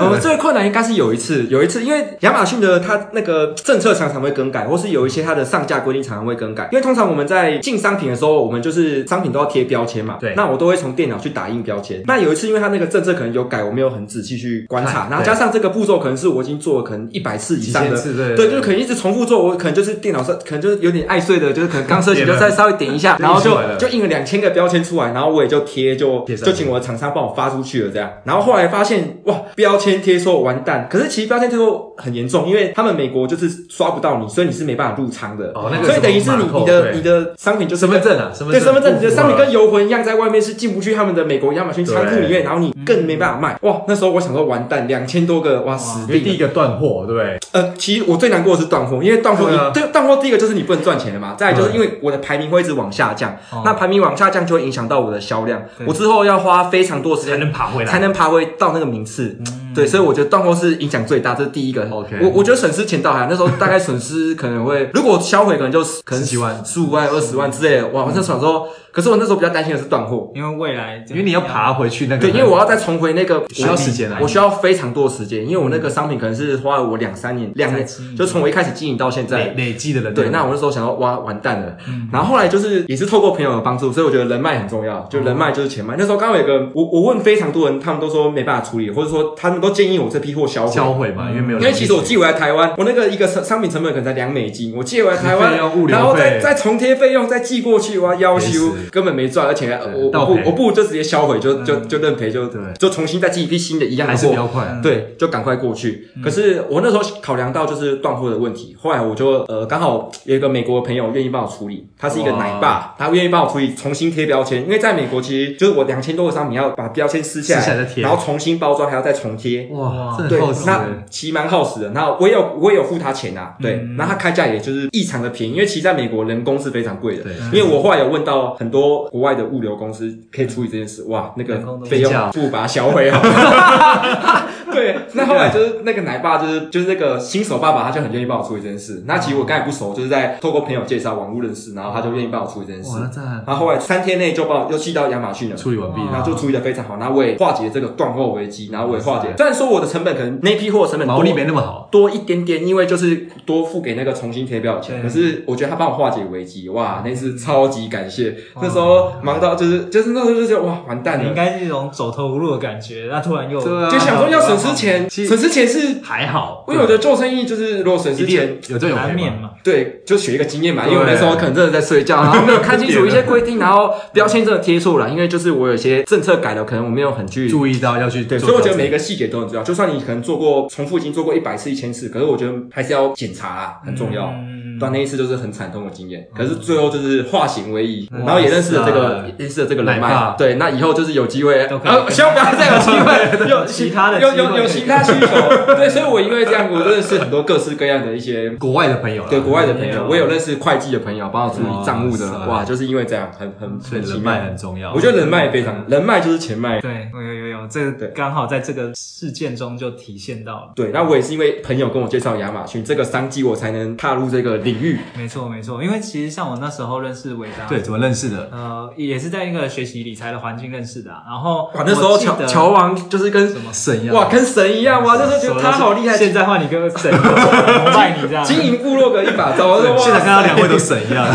Speaker 3: 我们最困难应该是有一次，有一次，因为亚马逊的它那个政策常常会更改，或是有一些它的上架规定常常会更改。因为通常我们在进商品的时候，我们就是商品都要贴标签嘛。
Speaker 2: 对
Speaker 3: 那我都会从电脑去打印标签。那有一次，因为它那个政策可能有改，我没有很仔细去观察
Speaker 2: 看，
Speaker 3: 然后
Speaker 2: 对
Speaker 3: 加上这个步骤可能是我已经做了可能一百次以
Speaker 2: 几
Speaker 3: 上
Speaker 2: 千
Speaker 3: 的。
Speaker 2: 次对
Speaker 3: 对，就是可能一直重复做，我可能就是电脑上，可能就是有点爱睡的，就是可能刚睡醒就再稍微点一下，
Speaker 2: 对
Speaker 3: 然后就
Speaker 2: 印出来了
Speaker 3: 就印了两千个标签出来，然后我也就贴就
Speaker 2: 贴上
Speaker 3: 就请我的厂商帮我发出去了这样。然后后来发现哇，标签贴错完蛋，可是其实标签贴错很严重，因为他们美国就是刷不到你，所以你是没办法入仓的。
Speaker 2: 哦那个
Speaker 3: 所以等于是
Speaker 2: 什么
Speaker 3: 你
Speaker 2: 码扣
Speaker 3: 你的
Speaker 2: 对
Speaker 3: 你的商品就是
Speaker 2: 身份。证啊，身份
Speaker 3: 对
Speaker 2: 证，
Speaker 3: 身份证，你的商品
Speaker 2: 不符合
Speaker 3: 跟游魂一样，在外面是进不去他们的美国亚马逊仓库里面，然后你更没办法卖。哇，那时候我想说完蛋，两千多个，哇，死
Speaker 2: 因为
Speaker 3: 定
Speaker 2: 第一。
Speaker 3: 了
Speaker 2: 个断货，对不对？
Speaker 3: 呃，其实我最难过的是断货，因为断货
Speaker 2: 对啊
Speaker 3: 一对断货第一个就是你不能赚钱了嘛，再来就是因为我的排名会一直往下降，
Speaker 2: 哦
Speaker 3: 那排名往下降就会影响到我的销量，我之后要花非常多的时
Speaker 2: 才
Speaker 3: 间
Speaker 2: 能爬回来，嗯
Speaker 3: 才能爬回到那个名次。
Speaker 1: 嗯
Speaker 3: 对，所以我觉得断货是影响最大，这是第一个。
Speaker 2: OK
Speaker 3: 我我觉得损失钱倒还好，那时候大概损失可能会，如果销毁可能就可能
Speaker 2: 17万
Speaker 3: 十五万、二十万之类的。哇，我那时候想说，可是我那时候比较担心的是断货，
Speaker 1: 因为未来就
Speaker 2: 因为你要爬回去那个，
Speaker 3: 对，因为我要再重回那个
Speaker 2: 需要时间啊
Speaker 3: 我需要非常多的时间，因为我那个商品可能是花了我两三年，两年
Speaker 1: 经
Speaker 2: 嗯
Speaker 1: 营
Speaker 3: 就从我一开始经营到现
Speaker 2: 累
Speaker 3: 在。
Speaker 2: 累积的人
Speaker 3: 对，那我那时候想到，哇，完蛋了。
Speaker 2: 嗯
Speaker 3: 然后后来就是也是透过朋友的帮助，所以我觉得人脉很重要，就人脉就是钱脉。那时候刚好有个我我问非常多人，他们都说没办法处理，或者说他们都都建议我这批货销
Speaker 2: 销
Speaker 3: 毁。
Speaker 2: 毁嗯嘛，因为没有
Speaker 3: 因
Speaker 2: 什么意思。
Speaker 3: 为其实我寄回来台湾，我那个一个商商品成本可能才两美金，我寄回来台 湾
Speaker 2: 费用物，流
Speaker 3: 然后再
Speaker 2: 费
Speaker 3: 再重贴费用，再寄过去，我要要修
Speaker 2: 赔死，
Speaker 3: 根本没赚，而且呃我
Speaker 2: 倒
Speaker 3: 我不
Speaker 2: 赔
Speaker 3: 我不如就直接销毁，就就
Speaker 1: 嗯
Speaker 3: 就认赔，就
Speaker 2: 对
Speaker 3: 就重新再寄一批新的一样的
Speaker 2: 还是比较嗯
Speaker 3: 货。
Speaker 2: 快，
Speaker 3: 对，就赶快过去。可是我那时候考量到就是断货的问题，后来我就呃刚好有一个美国朋友愿意帮我处理，他是一个
Speaker 2: 哇
Speaker 3: 奶爸，他愿意帮我处理重新贴标签，因为在美国其实就是我两千多个商品要把标签撕下
Speaker 2: 撕下来
Speaker 3: 来
Speaker 2: 再，贴
Speaker 3: 然后重新包装还要再重贴，
Speaker 2: 哇，这
Speaker 3: 对
Speaker 2: 很耗，时嗯
Speaker 3: 那
Speaker 2: 欸。
Speaker 3: 其实蛮耗时的。那我也有我也有付他钱啊，对，那他开价也就是异常的便宜，因为其实在美国人工是非常贵的
Speaker 2: 对。
Speaker 3: 因为我后来有问到很多国外的物流公司可以处理这件事，
Speaker 2: 嗯
Speaker 3: 哇，那
Speaker 1: 人工都
Speaker 3: 个费
Speaker 2: 低价
Speaker 3: 用不如把它销 毁好。对，那后来就是那个奶爸，就是就是那个新手爸爸，他就很愿意帮我处理这件事。那其实我刚才不熟，就是在透过朋友介绍网络认识，然后他就愿意帮我处理这件事
Speaker 2: 哇，。那赞，
Speaker 3: 然后后来三天内就帮我又寄到亚马逊了，
Speaker 2: 处理完毕
Speaker 1: 嗯
Speaker 3: 然
Speaker 2: 了，
Speaker 3: 后就处理的非常好，然后我也化解这个断货危机，然后我也化
Speaker 1: 嗯
Speaker 3: 解。虽然说我的成本可能那批货成本
Speaker 2: 毛
Speaker 3: 多
Speaker 2: 利没那么好，
Speaker 3: 多一点点，因为就是多付给那个重新贴标的钱，
Speaker 1: 对嗯
Speaker 3: 可是我觉得他帮我化解危机，哇，那次超级感谢。那时候忙到就是就是那时候就觉得哇完蛋
Speaker 1: 你应
Speaker 3: 了，
Speaker 1: 该是一种走投无路的感觉，那突然又
Speaker 2: 对啊
Speaker 3: 就想说要省吃钱，
Speaker 1: 啊
Speaker 2: 其实
Speaker 3: 省吃钱是因
Speaker 2: 还好，
Speaker 3: 为我觉得做生意就是如果省
Speaker 2: 一
Speaker 3: 吃
Speaker 2: 定
Speaker 3: 钱。
Speaker 2: 有这种
Speaker 1: 难
Speaker 2: 赔
Speaker 1: 免
Speaker 2: 吗？
Speaker 1: 嘛。
Speaker 3: 对，就学一个经验嘛，
Speaker 2: 对
Speaker 3: 因为我那时候可能真的在睡 觉，然后没有看清楚一些规定，然后标签真的贴错了，因为就是我有些政策改了，可能我没有很去
Speaker 2: 注意到要去
Speaker 3: 对，
Speaker 2: 做调整，
Speaker 3: 所以我觉得每一个细节都很重要。就算你可能做过重复已经做过一百次、一千次，可是我觉得还是要检查啦，很重要。
Speaker 1: 嗯
Speaker 3: 但那一次就是很惨痛的经验，可是最后就是化险为夷，
Speaker 2: 嗯
Speaker 3: 然后也认识了这
Speaker 2: 哇
Speaker 3: 个
Speaker 2: 塞，
Speaker 3: 认识了这个人
Speaker 2: 奶爸
Speaker 3: 脉。对，那以后就是有机会，
Speaker 1: 都可以
Speaker 3: 呃，希望不要再有机会，有
Speaker 1: 其他的
Speaker 3: 有
Speaker 1: 机
Speaker 3: 有
Speaker 1: 会
Speaker 3: 有其他需求。 对，所以我因为这样，我认识很多各式各样的一些
Speaker 2: 国外的朋友啦，
Speaker 3: 对国外的朋
Speaker 1: 也有
Speaker 3: 友，我也有认识会计的朋友，帮我处
Speaker 2: 哇
Speaker 3: 理账务的
Speaker 2: 塞。
Speaker 3: 哇，就是因为这样，很很
Speaker 2: 所以
Speaker 3: 很奇
Speaker 2: 人
Speaker 3: 妙
Speaker 2: 脉。很重要。
Speaker 3: 我觉得人脉非常，人脉就是钱脉。
Speaker 1: 对，有有有有，这个
Speaker 3: 对
Speaker 1: 刚好在这个事件中就体现到了。
Speaker 3: 对，那我也是因为朋友跟我介绍亚马逊这个商机，我才能踏入这个领域。
Speaker 1: 没错没错，因为其实像我那时候认识伟达，
Speaker 2: 对，怎么认识的？
Speaker 1: 呃，也是在一个学习理财的环境认识的啊、然后
Speaker 3: 哇，那时候
Speaker 1: 我记
Speaker 3: 乔
Speaker 1: 得啊
Speaker 3: 乔王就是跟
Speaker 2: 什么神呀？
Speaker 3: 哇跟神一样哇，就是觉得他好厉害，
Speaker 1: 现在换你跟谁我卖你这样。
Speaker 3: 经营部落格一 把刀。我说哇
Speaker 2: 现在看到两位都神一样，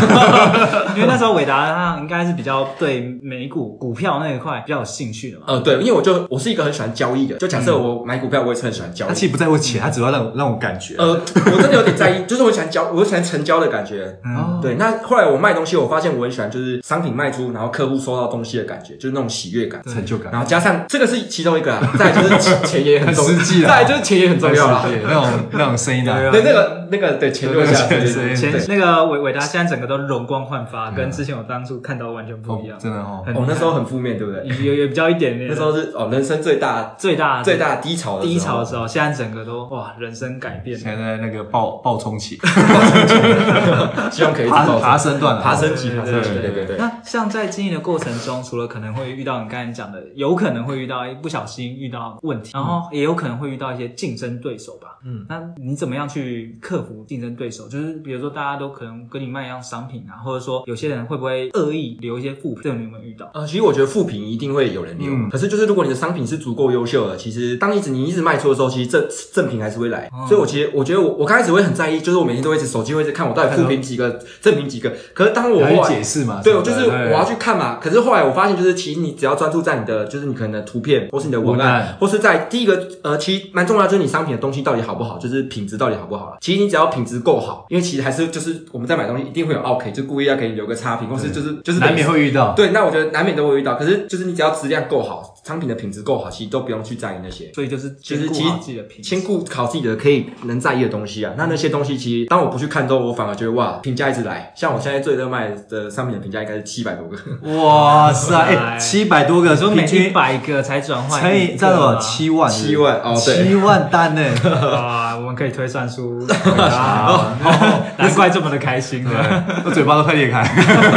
Speaker 1: 因为那时候伟达他应该是比较对美股股票那一块比较有兴趣的嘛。
Speaker 3: 呃，对，因为我就我是一个很喜欢交易的，就假设我买股票，我也是很喜欢交
Speaker 2: 嗯他
Speaker 3: 易。
Speaker 2: 其实不在乎钱，他只要让让我感觉。
Speaker 3: 呃，我真的有点在意，就是我喜欢交，我喜欢成交的感觉。
Speaker 1: 嗯，
Speaker 3: 对，那后来我卖东西，我发现我很喜欢就是商品卖出，然后客户收到东西的感觉，就是那种喜悦感。
Speaker 2: 成就感
Speaker 3: 然后加上这个是其中一个啦，再来就是钱 钱也很重
Speaker 2: 很实际啊
Speaker 3: 要，
Speaker 2: 啦
Speaker 3: 再来就是钱也很重要啊啦。
Speaker 2: 对，那种那种声音
Speaker 1: 对
Speaker 2: 的，
Speaker 1: 啊
Speaker 3: 对，那个那个对前六下
Speaker 2: 对
Speaker 3: 对
Speaker 2: 对
Speaker 1: 前
Speaker 3: 对嗯
Speaker 1: 那个伟伟达现在整个都容光焕发，跟之前我当初看到完全不
Speaker 2: 哦
Speaker 1: 一样。
Speaker 2: 真的哦，
Speaker 1: 很
Speaker 3: 哦，那时候很负面，对不对？
Speaker 1: 有有有比较一点点，
Speaker 3: 那时候是哦，人生最大
Speaker 1: 最嗯大
Speaker 3: 最大低潮的时候
Speaker 1: 低潮的时候，现在整个都哇，人生改变了。
Speaker 2: 现在那个爆爆冲期，
Speaker 3: 希望可以
Speaker 2: 爬
Speaker 3: 走
Speaker 2: 爬升段了，
Speaker 3: 爬升级，
Speaker 1: 对
Speaker 3: 爬升级，
Speaker 1: 对
Speaker 3: 对对对。
Speaker 1: 那像在经营的过程中，除了可能会遇到你刚才讲的，有可能会遇到一不小心遇到问题，然后也有可能会遇到一些竞争对手吧。嗯，那你怎么样去克服竞争对手？嗯就是比如说大家都可能跟你卖一样商品啊，或者说有些人会不会恶意留一些负评？这种你有没有遇到？
Speaker 3: 呃，其实我觉得负评一定会有人留，
Speaker 2: 嗯
Speaker 3: 可是就是如果你的商品是足够优秀的，其实当一直你一直卖出的时候，其实正正评还是会来。
Speaker 1: 哦
Speaker 3: 所以我其实我觉得我我刚开始会很在意，就是我每天都会一直手机会一直看我到底负评几个，正评几个。可是当我
Speaker 2: 我
Speaker 3: 后
Speaker 2: 要
Speaker 3: 来
Speaker 2: 去解释嘛，
Speaker 3: 对，
Speaker 2: 啊什
Speaker 3: 我
Speaker 2: 么的哎
Speaker 3: 就是我要去看嘛。可是后来我发现，就是其实你只要专注在你的，就是你可能的图片，或是你的文
Speaker 2: 文案
Speaker 3: 案，或是在第一个呃，其实蛮重要，就是你商品的东西到底好不好，就是品质到底好不好了。其实你只要品质够好，因为其实还是就是我们在买东西一定会有 OK，就故意要给你留个差评，或是就是就是
Speaker 2: 难免。会遇到，
Speaker 3: 对，那我觉得难免都会遇到，可是就是你只要质量够好，商品的品质够好，其实都不用去在意那些。
Speaker 1: 所以就是
Speaker 3: 就
Speaker 1: 兼
Speaker 3: 是
Speaker 1: 顾
Speaker 3: 其
Speaker 1: 好自己的
Speaker 3: 实
Speaker 1: 评
Speaker 3: 先顾考自己的可以能在意的东西啊。那那些东西其实当我不去看之后，我反而觉得哇，评价一直来。像我现在最热卖的商品的评价应该是七百多个，
Speaker 2: 哇塞，哎，七百多个，
Speaker 1: 你说每
Speaker 2: 平
Speaker 1: 一
Speaker 2: 均
Speaker 1: 百个才转 换
Speaker 2: 乘
Speaker 1: 一
Speaker 2: 以
Speaker 1: 个
Speaker 2: 占了
Speaker 1: 吗
Speaker 2: 七万，
Speaker 3: 七万哦对
Speaker 2: 七万单呢，
Speaker 1: 哇，我们可以推算出，啊 难怪这么的开心呢。
Speaker 2: 我嘴巴都快裂开。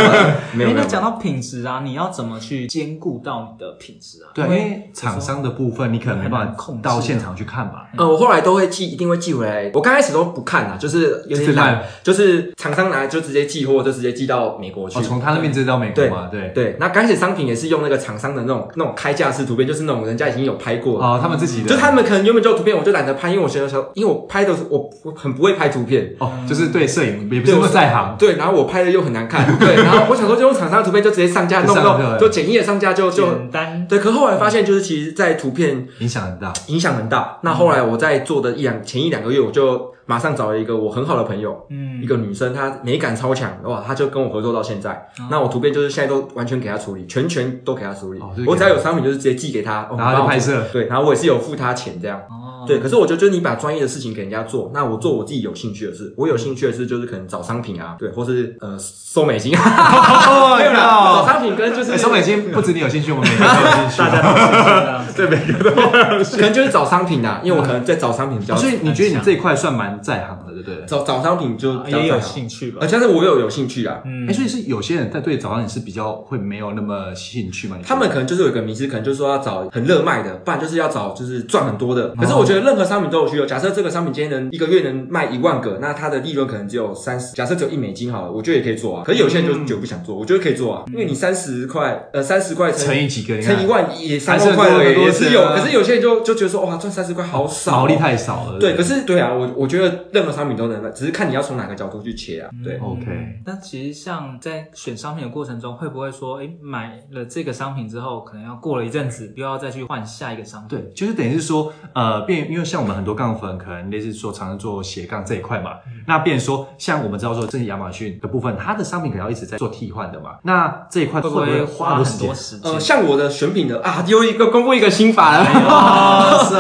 Speaker 3: 没有
Speaker 1: 诶
Speaker 3: 没
Speaker 1: 那
Speaker 3: 有。
Speaker 1: 讲到品质啊，你要怎么去兼顾到你的品质啊？
Speaker 2: 对，因
Speaker 1: 因
Speaker 2: 为厂商的部分你可能没办
Speaker 1: 很难控
Speaker 2: 法
Speaker 1: 制
Speaker 3: 啊
Speaker 2: 到现场去看吧，
Speaker 3: 呃，我后来都会寄，一定会寄回来。我刚开始都不看啊，就是有
Speaker 2: 是
Speaker 3: 点
Speaker 2: 看
Speaker 3: 懒，就是厂商拿就直接寄货，就直接寄到美国去。
Speaker 2: 哦，从他那边直接到美国
Speaker 3: 对
Speaker 2: 嘛，对，
Speaker 3: 对，那刚开始商品也是用那个厂商的那种那种开架式图片，就是那种人家已经有拍过了。
Speaker 2: 哦，他们自己的，
Speaker 3: 就他们可能原本就有图片，我就懒得拍，因为我觉得说，因为我拍的我我很不会拍图片，
Speaker 2: 哦，就是对摄影也不是那么在行，
Speaker 3: 嗯对，然后我拍的又 很难看，对，然后我想说就用厂商的图片就直接上架，嗯
Speaker 2: 就
Speaker 3: 弄
Speaker 2: 上
Speaker 3: 弄
Speaker 2: 对
Speaker 3: 就简易的上架就就
Speaker 1: 简单
Speaker 3: 对，可后后来发现，就是其实，在图片
Speaker 2: 影响很大。
Speaker 3: 影响很大。那后来
Speaker 2: 嗯
Speaker 3: 我在做的一两前一两个月，我就马上找了一个我很好的朋友，
Speaker 1: 嗯
Speaker 3: 一个女生，她美感超强，哇，她就跟我合作到现在。
Speaker 2: 嗯
Speaker 3: 那我图片就是现在都完全给她处理，全权都给她处理
Speaker 2: 哦就是给。她
Speaker 3: 我只要有商品，就是直接寄给她，哦
Speaker 2: 然后她就
Speaker 3: 帮我
Speaker 2: 拍摄
Speaker 3: 对，然后我也是有付她钱这样。
Speaker 1: 哦，
Speaker 3: 对，可是我觉得就是你把专业的事情给人家做，那我做我自己有兴趣的事。我有兴趣的事就是可能找商品啊，
Speaker 2: 嗯
Speaker 3: 对，或是呃收美金， 没哦有啦，找商品跟就是
Speaker 2: 哦哎，收美金不止你有兴趣，我们每个人都有兴 趣。大啊家
Speaker 3: 对每个都，可能就是找商品啊，因为我可能在找商品比较，
Speaker 2: 哦所以你觉得你这一块算蛮在行的，对不对？
Speaker 3: 找找商品就
Speaker 2: 啊
Speaker 3: 比较
Speaker 1: 也有
Speaker 3: 在
Speaker 1: 兴
Speaker 3: 行
Speaker 1: 趣吧
Speaker 3: 呃，？但是我有有兴趣啊。
Speaker 1: 嗯
Speaker 2: 哎，所以是有些人在对早上你是比较会没有那么兴趣嘛？你觉得
Speaker 3: 他们可能就是有一个迷思，可能就是说要找很热卖的，不然就是要找就是赚很多的。可是我觉得任何商品都有需求。假设这个商品今天能一个月能卖一万个，那它的利润可能只有三十。假设只有一美金好了，我觉得也可以做啊。可是有些人就
Speaker 2: 嗯
Speaker 3: 就不想做，我觉得可以做啊，因为你三十块，呃，三十块乘
Speaker 2: 乘以几个，你看
Speaker 3: 乘一万也三
Speaker 2: 还是
Speaker 3: 万块
Speaker 2: 很多
Speaker 3: 而
Speaker 2: 很
Speaker 3: 已
Speaker 2: 多
Speaker 3: 也是
Speaker 2: 钱
Speaker 3: 有。
Speaker 2: 啊
Speaker 3: 可是有些人就就觉得说哇，赚三十块好少哦，
Speaker 2: 毛利太少了。
Speaker 3: 对，
Speaker 2: 不
Speaker 3: 可是对啊，我我觉得任何商品都能卖，只是看你要从哪个角度去切啊。
Speaker 2: 嗯
Speaker 3: 对，
Speaker 2: OK
Speaker 1: 那嗯其实像在选商品的过程中，会不会说，哎，买了这个商品之后，可能要过了一阵子，又要再去换下一个商品？
Speaker 2: 对，就是等于是说，呃，变，因为像我们很多杠粉，可能类似说常常做斜杠这一块嘛，那变成说，像我们知道说，这是亚马逊的部分，它的商品可能要一直在做替换的嘛，那这一块
Speaker 1: 会
Speaker 2: 会不
Speaker 1: 不会
Speaker 2: 花
Speaker 1: 花
Speaker 2: 时
Speaker 1: 很
Speaker 2: 间
Speaker 1: 多？ 时间？
Speaker 3: 呃，像我的选品的啊，又一个公布一个新法了。
Speaker 1: 哦
Speaker 2: 是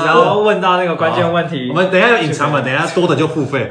Speaker 1: 只要问到那个关键问题
Speaker 2: 哦我，们等一下有隐藏嘛，等一下多的就付费，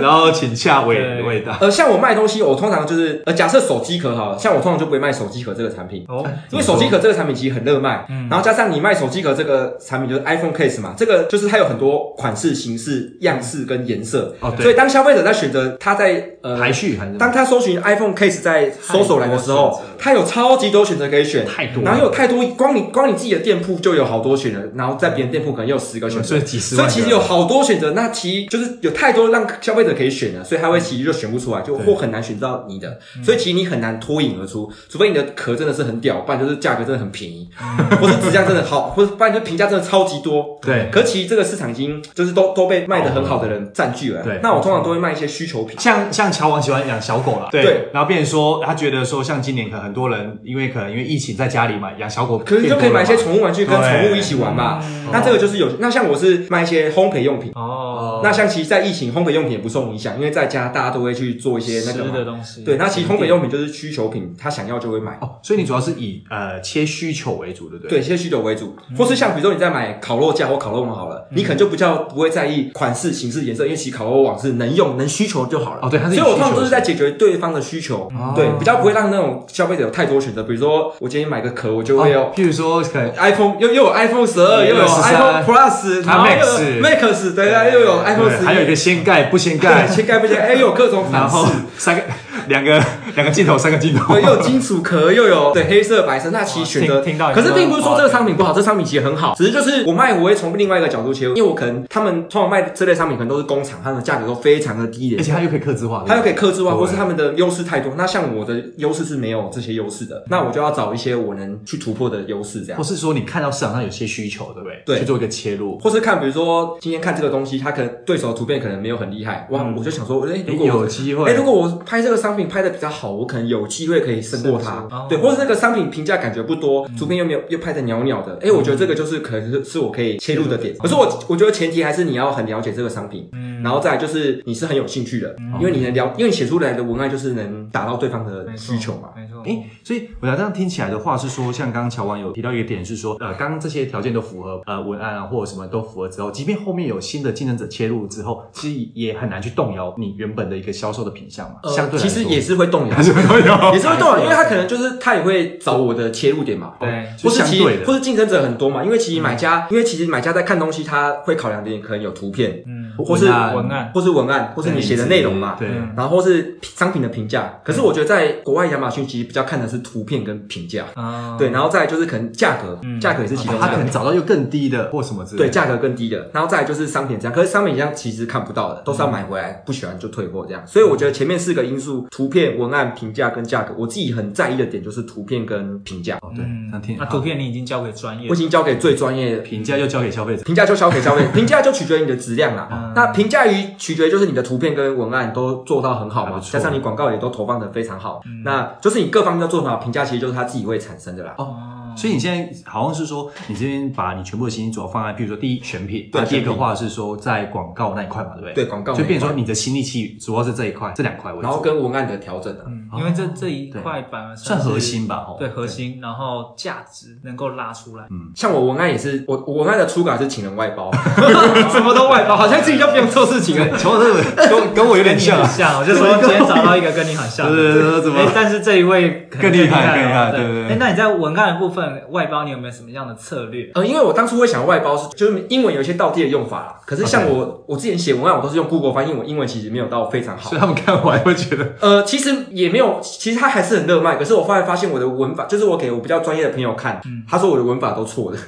Speaker 2: 然后请下尾
Speaker 1: 对
Speaker 2: 尾的。
Speaker 3: 呃，像我卖东西，我通常就是呃，假设手机壳好了，像我通常就不会卖手机壳这个产品，
Speaker 2: 嗯
Speaker 1: 哦，
Speaker 3: 因为手机壳这个产品其实很热卖，然后加上你卖手机壳这个产品就是 iPhone case 嘛，这个就是它有很多款式、形式、样式跟颜色，
Speaker 2: 哦对
Speaker 3: 所以当消费者在选择它在呃
Speaker 2: 排序还是
Speaker 3: 当他搜寻 iPhone case 在搜索栏的时
Speaker 1: 太多选
Speaker 3: 候
Speaker 1: 择了，
Speaker 3: 他有超级多选择可以选，
Speaker 2: 太多了
Speaker 3: 然后有太多，光你光你自己的店铺就有好多选择，然后在别人店铺可能也有十个选择，
Speaker 2: 嗯所以几十
Speaker 3: 所
Speaker 2: 万
Speaker 3: 以
Speaker 2: 个
Speaker 3: 其实有好多选择，那其实就是有太多让消费者可以选啊了，所以他会其实就选不出来，就
Speaker 2: 对嗯
Speaker 3: 或很难选到你的，所以其实你很难脱颖而出，除非你的壳真的是很屌，不然就是价格真的很便宜，
Speaker 2: 嗯
Speaker 3: 或是质量真的好，或者不然就评价真的超级多。
Speaker 2: 对，
Speaker 3: 可其实这个市场已经就是都都被卖的很好的人占据了。
Speaker 2: 对
Speaker 3: 那我通常都会卖一些需求品。
Speaker 2: 像像乔王喜欢养小狗啦，
Speaker 1: 对
Speaker 3: 对
Speaker 2: 然后变成说他觉得说，像今年可能很多人因为可能因为疫情在家里嘛，养小狗
Speaker 3: 可是就可以买一些
Speaker 2: 变多了嘛
Speaker 3: 宠物玩具跟宠物一起玩嘛。
Speaker 2: 嗯
Speaker 3: 那这个就是有，那像我是卖一些烘焙用品。
Speaker 1: 哦，
Speaker 3: 那像其实，在疫情，烘焙用品也不受影响，因为在家大家都会去做一些那
Speaker 1: 吃
Speaker 3: 个
Speaker 1: 的
Speaker 3: 嘛。
Speaker 1: 东西，
Speaker 3: 对，那其实烘焙用品就是需求品，他想要就会买。
Speaker 2: 哦，所以你主要是以呃切需求为主，对不对？嗯
Speaker 3: 对，，一些需求为主，或是像比如说你在买烤肉架或烤肉网好了，你可能就比较不会在意款式、形式、颜色，因为其实烤肉网是能用、能需求就好了。
Speaker 2: 哦对它是
Speaker 3: 所以我
Speaker 2: 以需
Speaker 3: 通常
Speaker 2: 求哦
Speaker 3: 都是在解决对方的需求，对，比较不会让那种消费者有太多选择。比如说我今天买个壳，我就会有
Speaker 2: 哦，譬如说可能
Speaker 3: iPhone 又又有 iPhone 十二，
Speaker 2: 又
Speaker 3: 又
Speaker 2: 有
Speaker 3: 有
Speaker 2: 13
Speaker 3: iPhone Plus，然后又有
Speaker 2: Max
Speaker 3: Max，对啊，又有 iPhone
Speaker 2: 对
Speaker 3: 十，
Speaker 2: 还有一个掀盖不掀盖
Speaker 3: 盖，切盖不切，哎，又有各种
Speaker 2: 然
Speaker 3: 款
Speaker 2: 后
Speaker 3: 式。
Speaker 2: 三个两个两个镜头，三个镜头
Speaker 3: 对，，又有金属壳，又有对黑色、白色，那其实选择
Speaker 1: 听
Speaker 2: 啊
Speaker 1: 听到你
Speaker 3: 可是
Speaker 1: 说
Speaker 3: 并不
Speaker 2: 哦
Speaker 3: 是说这个商品不好，这商品其实很好，只是就是我卖，我会从另外一个角度切入，因为我可能他们通常卖这类商品，可能都是工厂，他们的价格都非常的低
Speaker 2: 而
Speaker 3: 廉
Speaker 2: 且。它又可以刻字化，对不对
Speaker 3: 它又可以克制化，
Speaker 2: 对
Speaker 3: 或是他们的优势太多。那像我的优势是没有这些优势的，那我就要找一些我能去突破的优势，这样
Speaker 2: 或。是说你看到市场上有些需求，对不对？
Speaker 3: 对
Speaker 2: 去做一个切入。
Speaker 3: 或是看，比如说今天看这个东西，它可能对手的图片可能没有很厉害，哇，我就想说，哎、如果
Speaker 2: 嗯有
Speaker 3: 我。
Speaker 2: 机
Speaker 3: 哎、
Speaker 2: 会，
Speaker 3: 如果我拍这个商品拍的比较好，我可能有机会可以胜过
Speaker 1: 胜
Speaker 3: 它
Speaker 1: 出哦。
Speaker 3: 对，或者这个商品评价感觉不多，图片又没有又拍的袅袅的，哎、我觉得这个就是可能是是我可以切入的点。可是我我觉得前提还是你要很了解这个商品，然后再来就是你是很有兴趣的，因为你能了，因为你写出来的文案就是能达到对方的
Speaker 1: 没错
Speaker 3: 需求嘛。
Speaker 1: 没错，
Speaker 2: 哎，所以我想这样听起来的话是说，像刚刚乔王有提到一个点是说，呃，刚刚这些条件都符合，呃，文案啊或者什么都符合之后，即便后面有新的竞争者切入之后，其实也很难去动摇你原本的一个销售的品相嘛。
Speaker 3: 呃
Speaker 2: 嗯哦相对来
Speaker 3: 其
Speaker 2: 说
Speaker 3: 实也是 会动摇
Speaker 2: 还，是会动摇，
Speaker 3: 也是会动摇，因为他可能就是他也会找我的切入点嘛。
Speaker 1: 对，
Speaker 2: 就
Speaker 3: 或是
Speaker 2: 相
Speaker 3: 其
Speaker 2: 对的
Speaker 3: 或是竞争者很多嘛，因为其实买家，因为其实买家在看东西，他会考量的点可能有图片，
Speaker 1: 嗯，
Speaker 3: 或是
Speaker 2: 文案
Speaker 1: 文案
Speaker 3: 或是文案，或是你写 的内容嘛，
Speaker 2: 对，
Speaker 1: 嗯
Speaker 3: 然后或是商品的评价。可是我觉得在国外亚马逊其实比较看的是图片跟评价，
Speaker 1: 啊，
Speaker 3: 对，然后再来就是可能价格，价格也是其中
Speaker 2: 他
Speaker 3: 一
Speaker 2: 哦可
Speaker 3: 个
Speaker 2: 能。找到又更低的或什么之类
Speaker 3: 对，
Speaker 2: 的。
Speaker 3: 价格更低的，然后再来就是商品这样，可是商品这样其实看不到的，都是要买回来，不喜欢就退货这样。所以我觉得前面四个因素，图片、文案、评价跟价格，我自己很在意的点就是图片跟评价，
Speaker 2: 哦，对，这样听
Speaker 1: 嗯那图片你已经交给专业
Speaker 3: 我已，经交给最专业的
Speaker 2: 评价又交给消费者。
Speaker 3: 评价就消 费消费，评价就取决于你的质量啦。
Speaker 2: 嗯
Speaker 3: 那评价于取决于就是你的图片跟文案都做到很好
Speaker 2: 还
Speaker 3: 嘛，
Speaker 2: 啊不错嗯
Speaker 3: 加上你广告也都投放的非常好，那就是你各方面的做法评价，其实就是他自己会产生的啦。
Speaker 1: 哦，
Speaker 2: 所以你现在好像是说，你这边把你全部的心力主要放在，比如说第一选品，
Speaker 3: 对
Speaker 2: 那第二
Speaker 3: 选
Speaker 2: 个
Speaker 3: 品
Speaker 2: 话是说在广告那一块嘛，对不对？
Speaker 3: 对广告那一
Speaker 2: 就
Speaker 3: 块
Speaker 2: 变成说你的心力其实主要是这一块，这两块为主，
Speaker 3: 然后跟文案的调整啊，
Speaker 1: 嗯因为这这一块反而
Speaker 2: 哦算
Speaker 1: 是
Speaker 2: 核心吧，哦
Speaker 1: 对核心，然后价值能够拉出来，
Speaker 3: 像我文案也是，我我文案的初稿是请人外包，
Speaker 1: 什么都外包，
Speaker 3: 好像自己就不用做事情 了。
Speaker 2: 求这个跟跟我有
Speaker 1: 跟
Speaker 2: 点
Speaker 1: 你很
Speaker 2: 像，啊
Speaker 1: 像，我就说今天找到一个跟你很像的，
Speaker 2: 对对对对怎么
Speaker 1: 哎但是这一位可能
Speaker 2: 更厉害
Speaker 1: 哦
Speaker 2: 更厉害对对
Speaker 1: 对
Speaker 2: 对
Speaker 1: 哎，那你在文案的部分外包，你有没有什么样的策略？
Speaker 3: 呃，因为我当初会想外包是，就是英文有一些倒贴的用法啦。可是像我，我之前写文案，我都是用 Google 翻译，我英文其实没有到非常好
Speaker 2: 所以。他们看完会觉得
Speaker 3: 呃，其实也没有，其实他还是很热卖。可是我后来发现我的文法，就是我给我比较专业的朋友看，
Speaker 2: 嗯
Speaker 3: 他说我的文法都错 的。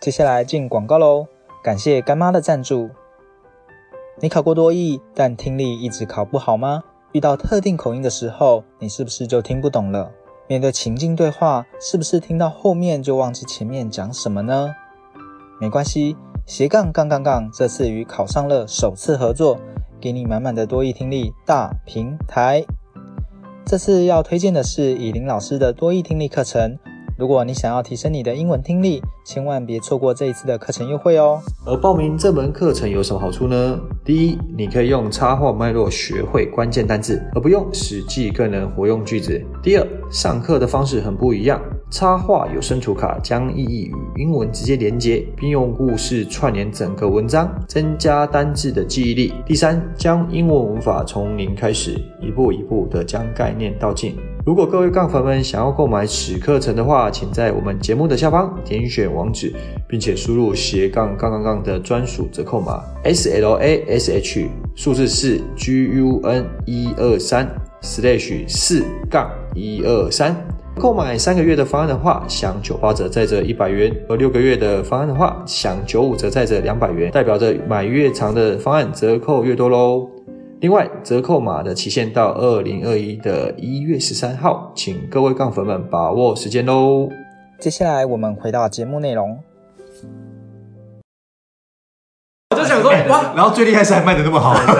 Speaker 4: 接下来进广告喽，感谢干妈的赞助。你考过多译，但听力一直考不好吗？遇到特定口音的时候，你是不是就听不懂了？面对情境对话，是不是听到后面就忘记前面讲什么呢？没关系，斜杠杠杠杠这次与考上乐首次合作，给你满满的多义听力大平台。这次要推荐的是以林老师的多义听力课程。如果你想要提升你的英文听力，千万别错过这一次的课程优惠哦。
Speaker 5: 而报名这门课程有什么好处呢？第一，你可以用插画脉络学会关键单字，而不用史记更能活用句子。第二，上课的方式很不一样，插画有声图卡将意义与英文直接连接，并用故事串联整个文章，增加单字的记忆力。第三，将英文文法从零开始，一步一步地将概念倒进。如果各位杠粉们想要购买此课程的话，请在我们节目的下方点选网址，并且输入斜杠杠杠杠的专属折扣码 S L A S H 数字四 G U N 一二三 slash 四杠一二三。购买三个月的方案的话，享九八折再折一百元；而六个月的方案的话，享九五折再折两百元，代表着买越长的方案折扣越多喽。另外，折扣码的期限到二零二一的一月十三号，请各位杠粉们把握时间喽！
Speaker 4: 接下来我们回到节目内容。
Speaker 3: 我就想说，哇，
Speaker 2: 然后最厉害是还卖的那么好，
Speaker 1: 不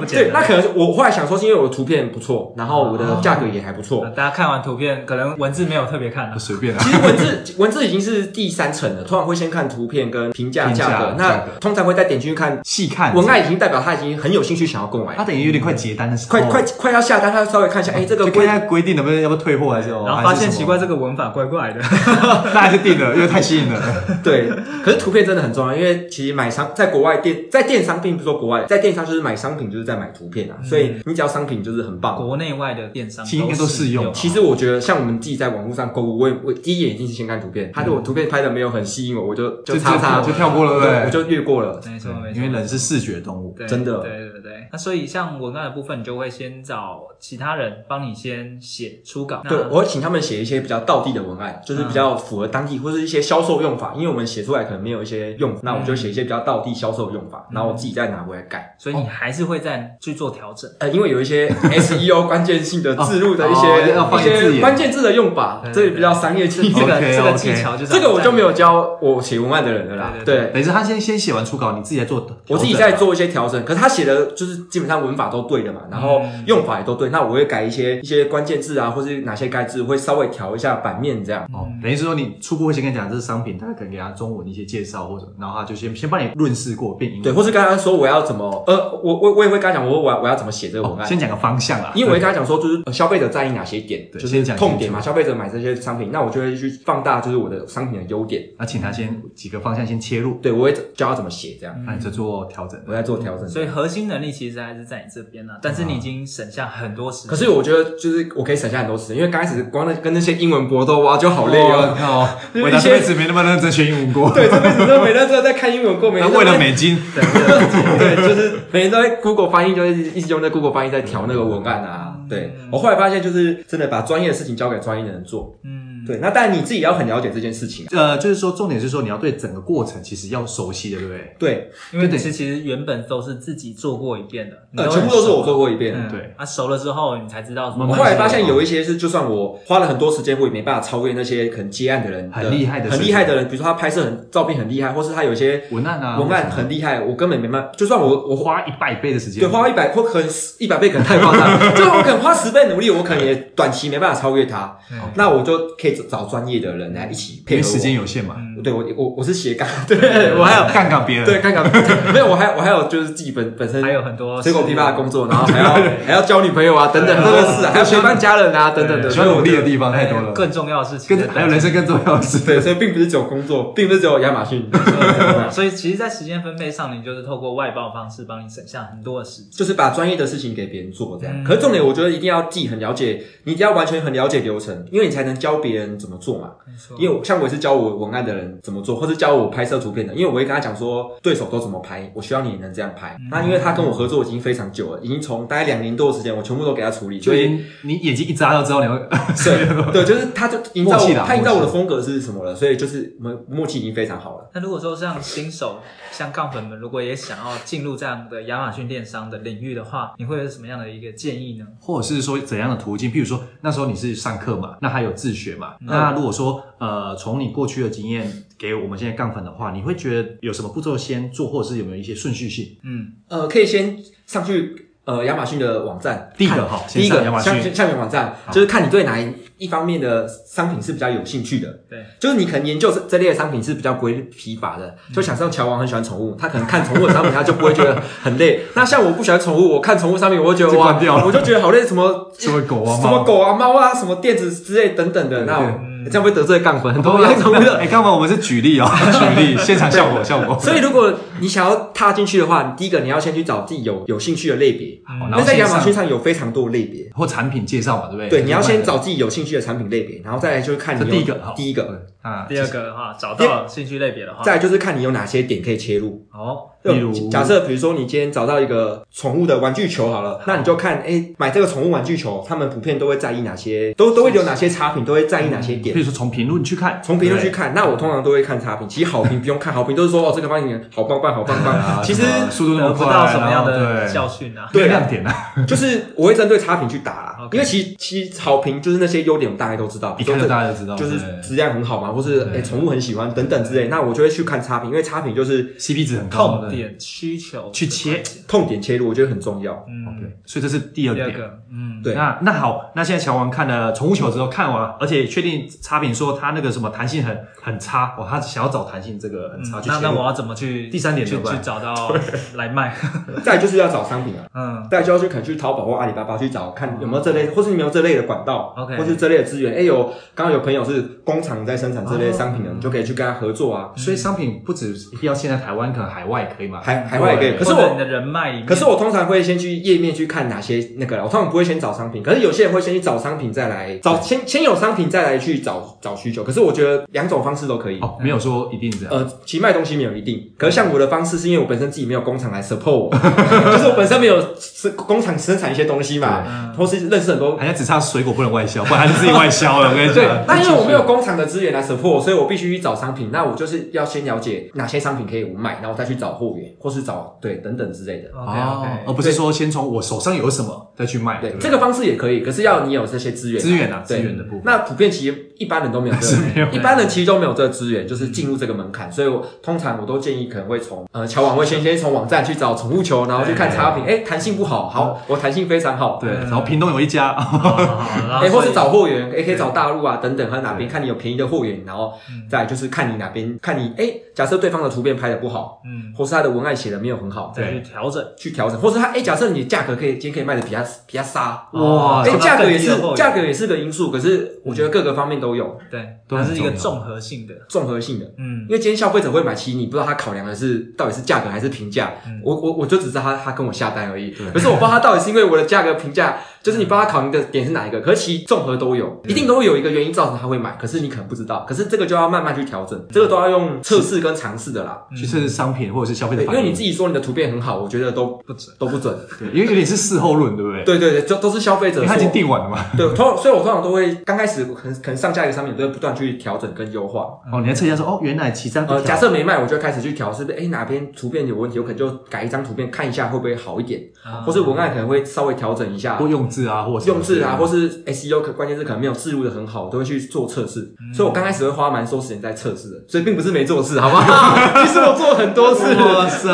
Speaker 3: 对，
Speaker 1: 简
Speaker 3: 那
Speaker 1: 单。
Speaker 3: 可能是我后来想说，是因为我的图片不错，然后我的价格也还
Speaker 2: 嗯
Speaker 3: 不错。
Speaker 1: 大家看完图片，可能文字没有特别看了，
Speaker 2: 随便啊
Speaker 3: 其。实文字文字已经是第三层了，通常会先看图片跟评价
Speaker 2: 评价
Speaker 3: 价格，
Speaker 2: 价
Speaker 3: 那
Speaker 2: 格嗯
Speaker 3: 通常会再点进去看
Speaker 2: 细看
Speaker 3: 文，案，已经代表他已经很有兴趣想要购买
Speaker 2: 他，等于有点快结单的时候，
Speaker 3: 快快快要下单，他稍微看一下，哎，这个
Speaker 2: 哦就
Speaker 3: 贵
Speaker 2: 看一下规定能不能要不要退货还是哦
Speaker 1: 然后发现奇怪，，
Speaker 2: 还
Speaker 1: 这
Speaker 2: 是
Speaker 1: 个文法怪怪的。
Speaker 2: 什么那还是定 了，因为太吸引了。
Speaker 3: 对，可是图片真的很重要，因为其实买商在国外电在电商，并不是说国外在电商就是买商品就是在买图片啊，所
Speaker 2: 嗯
Speaker 3: 以你只要商品就是很棒。
Speaker 1: 国内外的电商
Speaker 2: 其实应该都适用
Speaker 1: 用，啊
Speaker 3: 其实我觉得像我们自己在网络上购物，我也我第一眼一定是先看图片，他如果图片拍的没有很吸引我，我就
Speaker 2: 嗯就
Speaker 3: 叉叉
Speaker 2: 就就跳过了对不对
Speaker 3: 我就越过了。
Speaker 4: 啊
Speaker 1: 没错没错，
Speaker 2: 因为人是视觉动物，
Speaker 1: 对
Speaker 3: 真的
Speaker 1: 对对对。那所以像文案的部分，你就会先找其他人帮你先写初稿。那
Speaker 3: 对，我会请他们写一些比较道地的文案，就是比
Speaker 2: 嗯
Speaker 3: 较符合当地或是一些销售用法，因为我们写出来可能没有一些用法，那我
Speaker 2: 嗯
Speaker 3: 们就写一些比较道地销售用法，然后我自己再拿回来改。
Speaker 1: 所以你还是会再去做调整。
Speaker 3: 呃，因为有 一些 SEO 关键性的字入的一
Speaker 2: 哦
Speaker 3: 些、
Speaker 2: 要放
Speaker 3: 一
Speaker 2: 字
Speaker 3: 些
Speaker 2: 眼
Speaker 3: 关键字的用法，
Speaker 1: 对
Speaker 3: 这比较商业
Speaker 1: 这
Speaker 3: 性
Speaker 1: 这
Speaker 3: 质。
Speaker 1: 个
Speaker 2: OK，
Speaker 1: 这个
Speaker 2: OK
Speaker 1: 技巧就是
Speaker 3: 这个我就没
Speaker 1: 有。
Speaker 3: 有教我写文案的人了啦，
Speaker 1: 对
Speaker 3: 对
Speaker 1: 对对
Speaker 2: 等于是他先先写完初稿，你自己来做调整，
Speaker 3: 我自己在做一些调整，可是他写的就是基本上文法都对
Speaker 1: 嗯
Speaker 3: 的嘛，然后用法也都对，那我会改一些一些关键字啊，或是哪些该字会稍微调一下版面这样。
Speaker 1: 嗯
Speaker 2: 哦，等于是说你初步会先跟你讲这是商品，大概可能给他中文一些介绍或者，然后他就先先帮你润饰过，变英文
Speaker 3: 对，或是刚刚说我要怎么，呃，我我我也会跟他讲，我我要我要怎么写这个文
Speaker 2: 哦
Speaker 3: 案，
Speaker 2: 先讲个方向啦，
Speaker 3: 因为我会跟他讲说，就是呃消费者在意哪些点，
Speaker 2: 对
Speaker 3: 就是
Speaker 2: 先讲清
Speaker 3: 痛点嘛，
Speaker 2: 楚
Speaker 3: 消费者买这些商品，那我就会去放大就是我的商品的优点，
Speaker 2: 那请他先几个方向先切入，
Speaker 3: 对我会教他怎么写这样，
Speaker 2: 那你就做调整。
Speaker 3: 我在做
Speaker 2: 嗯
Speaker 3: 调整。
Speaker 1: 所以核心能力其实还是在你这边了，但是你已经省下很多时间。
Speaker 3: 可是我觉得就是我可以省下很多时间，因为刚开始光那跟那些英文搏斗哇就好累哦。
Speaker 2: 哦，
Speaker 3: 因
Speaker 2: 我
Speaker 3: 为
Speaker 2: 当
Speaker 3: 一
Speaker 2: 时
Speaker 3: 些
Speaker 2: 辈子没那么认真学英文过，
Speaker 3: 对，这辈子都没认真在看英文过，每
Speaker 2: 那
Speaker 3: 天
Speaker 2: 为了
Speaker 3: 每
Speaker 2: 美金，
Speaker 3: 对，就是每天都在 Google 翻译，就是一直用那 Google
Speaker 2: 嗯
Speaker 3: 翻译在调那个文案啊。对我后来发现，就是真的把专业的事情交给专业的人做，
Speaker 1: 嗯，嗯
Speaker 3: 对，那但你自己要很了解这件事情啊。
Speaker 2: 呃，就是说，重点是说你要对整个过程其实要熟悉的，对不对？
Speaker 3: 对，
Speaker 1: 因为
Speaker 2: 对
Speaker 1: 其实其实原本都是自己做过一遍的，
Speaker 3: 呃，全部都是我
Speaker 1: 过。
Speaker 3: 做过一遍。
Speaker 1: 嗯
Speaker 2: 对
Speaker 1: 啊，熟了之后你才知道什么
Speaker 2: 慢
Speaker 3: 我
Speaker 2: 慢
Speaker 3: 后来发现有一些是，就算我花了很多时间，我也没办法超越那些可能接案的人的
Speaker 2: 很厉害的
Speaker 3: 很
Speaker 2: 水
Speaker 3: 厉害
Speaker 2: 准
Speaker 3: 的人。比如说他拍摄很照片很厉害，或是他有一些
Speaker 2: 文案啊，
Speaker 3: 文案很厉害，我根本没办法。就算我我
Speaker 2: 我
Speaker 3: 花
Speaker 2: 花一百倍的时间，
Speaker 3: 对花一百或可能一百倍，可能太夸张，就我可能花十倍努力，我可能也短期没办法超越他。那我就可以找找专业的人来一起
Speaker 2: 嗯因
Speaker 3: 配
Speaker 2: 为
Speaker 3: 合我。
Speaker 2: 时间有限嘛，
Speaker 1: 嗯
Speaker 3: 对我我我是斜杠，对我还有
Speaker 2: 杠杠别人，
Speaker 3: 对，看 看，没有，我还我还有就是自己本本身
Speaker 1: 还有很多
Speaker 3: 水果批
Speaker 1: 哦
Speaker 3: 发的工作，然后还要还要交女朋友啊，等等，真的是啊还要陪伴家人啊，等等的，
Speaker 2: 需
Speaker 3: 所以
Speaker 2: 要
Speaker 3: 我
Speaker 2: 努力的地
Speaker 1: 作
Speaker 2: 方太多
Speaker 1: 还有
Speaker 2: 了，
Speaker 1: 更重要的事情，
Speaker 2: 跟还有人生更重要的事。
Speaker 3: 对，所以并不是只有工作，并不是只有亚马逊，
Speaker 1: 嗯所以其实，在时间分配上，你就是透过外包方式帮你省下很多的时间。
Speaker 3: 就是把专业的事情给别人做这样。
Speaker 1: 嗯
Speaker 3: 可是重点，我觉得一定要自己很了解，你一定要完全很了解流程，因为你才能教别人怎么做嘛。
Speaker 1: 没错
Speaker 3: 因为我像我也是教我文案的人怎么做，或是教我拍摄图片的，因为我会跟他讲说对手都怎么拍，我希望你也能这样拍。那因为他跟我合作已经非常久了，已经从大概两年多的时间，我全部都给他处理，
Speaker 2: 就
Speaker 3: 所以
Speaker 2: 你你眼睛一眨到之后，你会
Speaker 3: 对对，就是他就营造
Speaker 2: 默契
Speaker 3: 我
Speaker 2: 啦
Speaker 3: 他营造
Speaker 2: 默契
Speaker 3: 我的风格是什么了，所以就是我们默契已经非常好了。
Speaker 1: 那如果说像新手、像杠粉们，如果也想要进入这样的亚马逊电商的领域的话，你会有什么样的一个建议呢？
Speaker 2: 或者是说怎样的途径？譬如说那时候你是上课嘛，那还有自学嘛。那如果说呃，从你过去的经验给我们现在杠粉的话，你会觉得有什么步骤先做，或者是有没有一些顺序性？
Speaker 1: 嗯，
Speaker 3: 呃，可以先上去呃亚马逊的网站，
Speaker 2: 第一个
Speaker 3: 看
Speaker 2: 哈
Speaker 3: 第一
Speaker 2: 先上
Speaker 3: 个
Speaker 2: 亚马逊
Speaker 3: 下面网站就是看你对哪一一方面的商品是比较有兴趣的。
Speaker 1: 对，
Speaker 3: 就是你可能研究这这类的商品是比较不会疲乏的，
Speaker 2: 嗯
Speaker 3: 就想像乔王很喜欢宠物，他可能看宠物的商品他就不会觉得很 累。那像我不喜欢宠物，我看宠物商品我就觉得
Speaker 2: 就
Speaker 3: 哇
Speaker 2: 关掉，了
Speaker 3: 我就觉得好累，什么
Speaker 2: 什么狗啊
Speaker 3: 什
Speaker 2: 猫
Speaker 3: 么
Speaker 2: 啊
Speaker 3: 狗啊猫啊，什么电子之类等等的。那我
Speaker 1: 嗯
Speaker 3: 这样会得罪杠粉，很多人宠物 的
Speaker 2: 哎，刚好我们是举 例哦，举例现场效果效果。
Speaker 3: 所以，如果你想要踏进去的话，你第一个你要先去找自己有有兴趣的类别，
Speaker 2: 好
Speaker 3: 因
Speaker 2: 然
Speaker 3: 为
Speaker 2: 后
Speaker 3: 在
Speaker 2: 线
Speaker 3: 亚马
Speaker 2: 上
Speaker 3: 逊上有非常多类别。
Speaker 2: 或产品介绍嘛，对不对？
Speaker 3: 对，你要先找自己有兴趣的产品类别，然后再来就是看你
Speaker 2: 这
Speaker 3: 有
Speaker 2: 第一个好
Speaker 3: 第一个，
Speaker 2: 啊，
Speaker 1: 第二个的话，找到兴趣类别的话，
Speaker 3: 再来就是看你有哪些点可以切入。
Speaker 1: 哦，
Speaker 2: 例如
Speaker 3: 就假设比如说你今天找到一个宠物的玩具球好了，那你就看，哎、买这个宠物玩具球，他们普遍都会在意哪些，都都会有哪些差评，都会在意哪些
Speaker 2: 比如
Speaker 3: 点。
Speaker 2: 说从评论去看，
Speaker 3: 从评论
Speaker 2: 嗯对
Speaker 3: 去
Speaker 2: 不对。
Speaker 3: 看，那我通常都会看差评，其实好评不用看，好评都是说哦这个方面好棒棒，好棒棒。其实
Speaker 2: 啊速度那
Speaker 1: 得
Speaker 2: 么
Speaker 1: 不
Speaker 2: 快，
Speaker 1: 到什么样
Speaker 2: 然后
Speaker 1: 的
Speaker 2: 对
Speaker 1: 教训啊？
Speaker 3: 对啊
Speaker 2: 亮点啊，
Speaker 3: 就是我会针对差评去打啦
Speaker 1: OK
Speaker 3: 因为其实其实好评就是那些优点，我们大概都知道，
Speaker 2: 一看就
Speaker 3: 说这
Speaker 2: 大家就知道，
Speaker 3: 就是
Speaker 2: 对
Speaker 3: 质量很好嘛，或是
Speaker 2: 对
Speaker 3: 诶宠、物很喜欢等等之类，那我就会去看差评，因为差评就是
Speaker 2: CP 值很高
Speaker 1: 痛
Speaker 2: 的，
Speaker 1: 点、需求
Speaker 2: 去切。
Speaker 3: 痛点切入，我觉得很重要。
Speaker 1: 嗯，
Speaker 2: 所以这是第二
Speaker 1: 第二
Speaker 2: 点。
Speaker 1: 个，嗯，
Speaker 3: 对
Speaker 2: 那那好，那现在乔王看了宠物球之后看完，而且确定差评说他那个什么弹性很很差，哇，他想要找弹性这个很
Speaker 1: 嗯
Speaker 2: 差去
Speaker 1: 那
Speaker 2: 切
Speaker 1: 那
Speaker 2: 入
Speaker 1: 我要怎么去
Speaker 2: 第三点
Speaker 1: 去
Speaker 2: 怎么
Speaker 1: 去
Speaker 2: 办
Speaker 1: 找到 来卖？
Speaker 3: 再来就是要找商品啊，
Speaker 1: 嗯，
Speaker 3: 再来就要去可能去淘宝或阿里巴巴去找，看有没有这类，或是你们有这类的管道
Speaker 1: OK
Speaker 3: 或是这类的资源。哎、有刚刚有朋友是工厂在生产这类商品的，你就可以去跟他合作啊，
Speaker 2: 哦所以商品不止一定要现在台湾，可能海外也可以嘛？
Speaker 3: 海海外也可以。可是
Speaker 1: 或者你
Speaker 3: 我。
Speaker 1: 的人脉里面，
Speaker 3: 可是我通常会先去页面去看哪些那个啦，我通常不会先找商品，可是有些人会先去找商品，再来找先先有商品，再来去找找需求。可是我觉得两种方式都可以。
Speaker 2: 哦，没有说一定这样。
Speaker 3: 呃，其实卖东西没有一定，可是像我的方式是因为我本身自己没有工厂来 support 我，就是我本 身没有是工厂生产一些东西嘛，或是认识很
Speaker 1: 呃
Speaker 3: 多。
Speaker 2: 好像只差水果不能外销，不然还是自己外销了。我跟你
Speaker 3: 对
Speaker 2: 讲，，
Speaker 3: 那因为我没有工厂的资源来 support，我所以我必须去找商品。那我就是要先了解哪些商品可以我卖，然后再去找货源，或是找对等等之类的。
Speaker 1: OK
Speaker 2: 哦，而
Speaker 1: OK，
Speaker 2: 不是说先从我手上有什么再去卖，
Speaker 3: 对，
Speaker 2: 不
Speaker 3: 这个方式也可以，可是要你有这些资源。
Speaker 2: 嗯资源啊，
Speaker 3: 对
Speaker 2: 资源的部分。
Speaker 3: 那普遍其实一般人都没有 这
Speaker 2: 是
Speaker 3: 个，
Speaker 2: 没有嗯
Speaker 3: 一般人其实都没有这个资源，就是进入这个门槛，所以我通常我都建议可能会从呃乔网会先先从网站去找宠物球，然后去看差评，哎弹性不好，好我弹性非常好，
Speaker 2: 嗯对，啊然后屏东有 一家，
Speaker 1: 好好好，然后
Speaker 3: 哎或
Speaker 1: 所
Speaker 3: 是
Speaker 1: 以
Speaker 3: 找货源，哎可以找大陆啊等等，还有哪边看你有便宜的货源，然后再来就是看你哪边看你哎假设对方的图片拍的不好，
Speaker 1: 嗯，
Speaker 3: 或是他的文案写的没有很好，
Speaker 1: 再去调整。
Speaker 3: 去调整，或是他哎假设你价格可以今天可以卖的比他比他杀。
Speaker 2: 哇
Speaker 1: 哇，
Speaker 3: 哎，
Speaker 1: 这
Speaker 3: 价格也
Speaker 1: 更
Speaker 3: 是
Speaker 1: 低的货源
Speaker 3: 价格也是个因素，可是我觉得各个方面都有
Speaker 1: 对，
Speaker 2: 都
Speaker 1: 它
Speaker 2: 很
Speaker 1: 是一个
Speaker 2: 重要
Speaker 1: 综合性的，
Speaker 3: 综合性的。
Speaker 1: 嗯
Speaker 3: 因，为今天消费者会买，其实你不知道他考量的是到底是价
Speaker 1: 嗯
Speaker 3: 格还是评价。我我我就只知道他他跟我下单而已，可是我不知道他到底是因为我的价格评价就是你不知道他考虑的点是哪一个，可是其实综合都有，
Speaker 1: 嗯
Speaker 3: 一定都会有一个原因造成他会买，可是你可能不知道，可是这个就要慢慢去调整，这个都要用测试跟尝试的
Speaker 1: 嗯
Speaker 3: 啦。
Speaker 2: 去测试商品或者是消费
Speaker 3: 嗯对，
Speaker 2: 的
Speaker 3: 因
Speaker 2: 反应，
Speaker 3: 为你自己说你的图片很好，我觉得都不准，都不准。
Speaker 2: 对，因为有点是事后论，对不对？，
Speaker 3: 对对对，就都是消费者
Speaker 2: 因为
Speaker 3: 说。
Speaker 2: 他已经定完了嘛。
Speaker 3: 对，通常所以我通常都会刚开始可能可能上架一个商品，都会不断去调整跟优化。
Speaker 2: 哦，你来测一下说，哦，原来其实这样不
Speaker 3: 嗯呃，
Speaker 2: 调
Speaker 3: 假设没卖，我就开始去调，是不是？哎，哪边图片有问题，我可能就改一张图片看一下会不会好一点，
Speaker 2: 啊
Speaker 3: 或
Speaker 1: 啊
Speaker 3: 是文案可能会稍微调整一下
Speaker 2: 或，用字啊，或者什么
Speaker 3: 用字
Speaker 2: 之类
Speaker 3: 啊，或是 SEO 可关键字可能没有置入的很好，我都会去做测试。
Speaker 2: 嗯
Speaker 3: 所以我刚开始会花蛮多时间在测试的，所以并不是没做事，好 不好？其实我做了很多事。
Speaker 2: 的哇塞！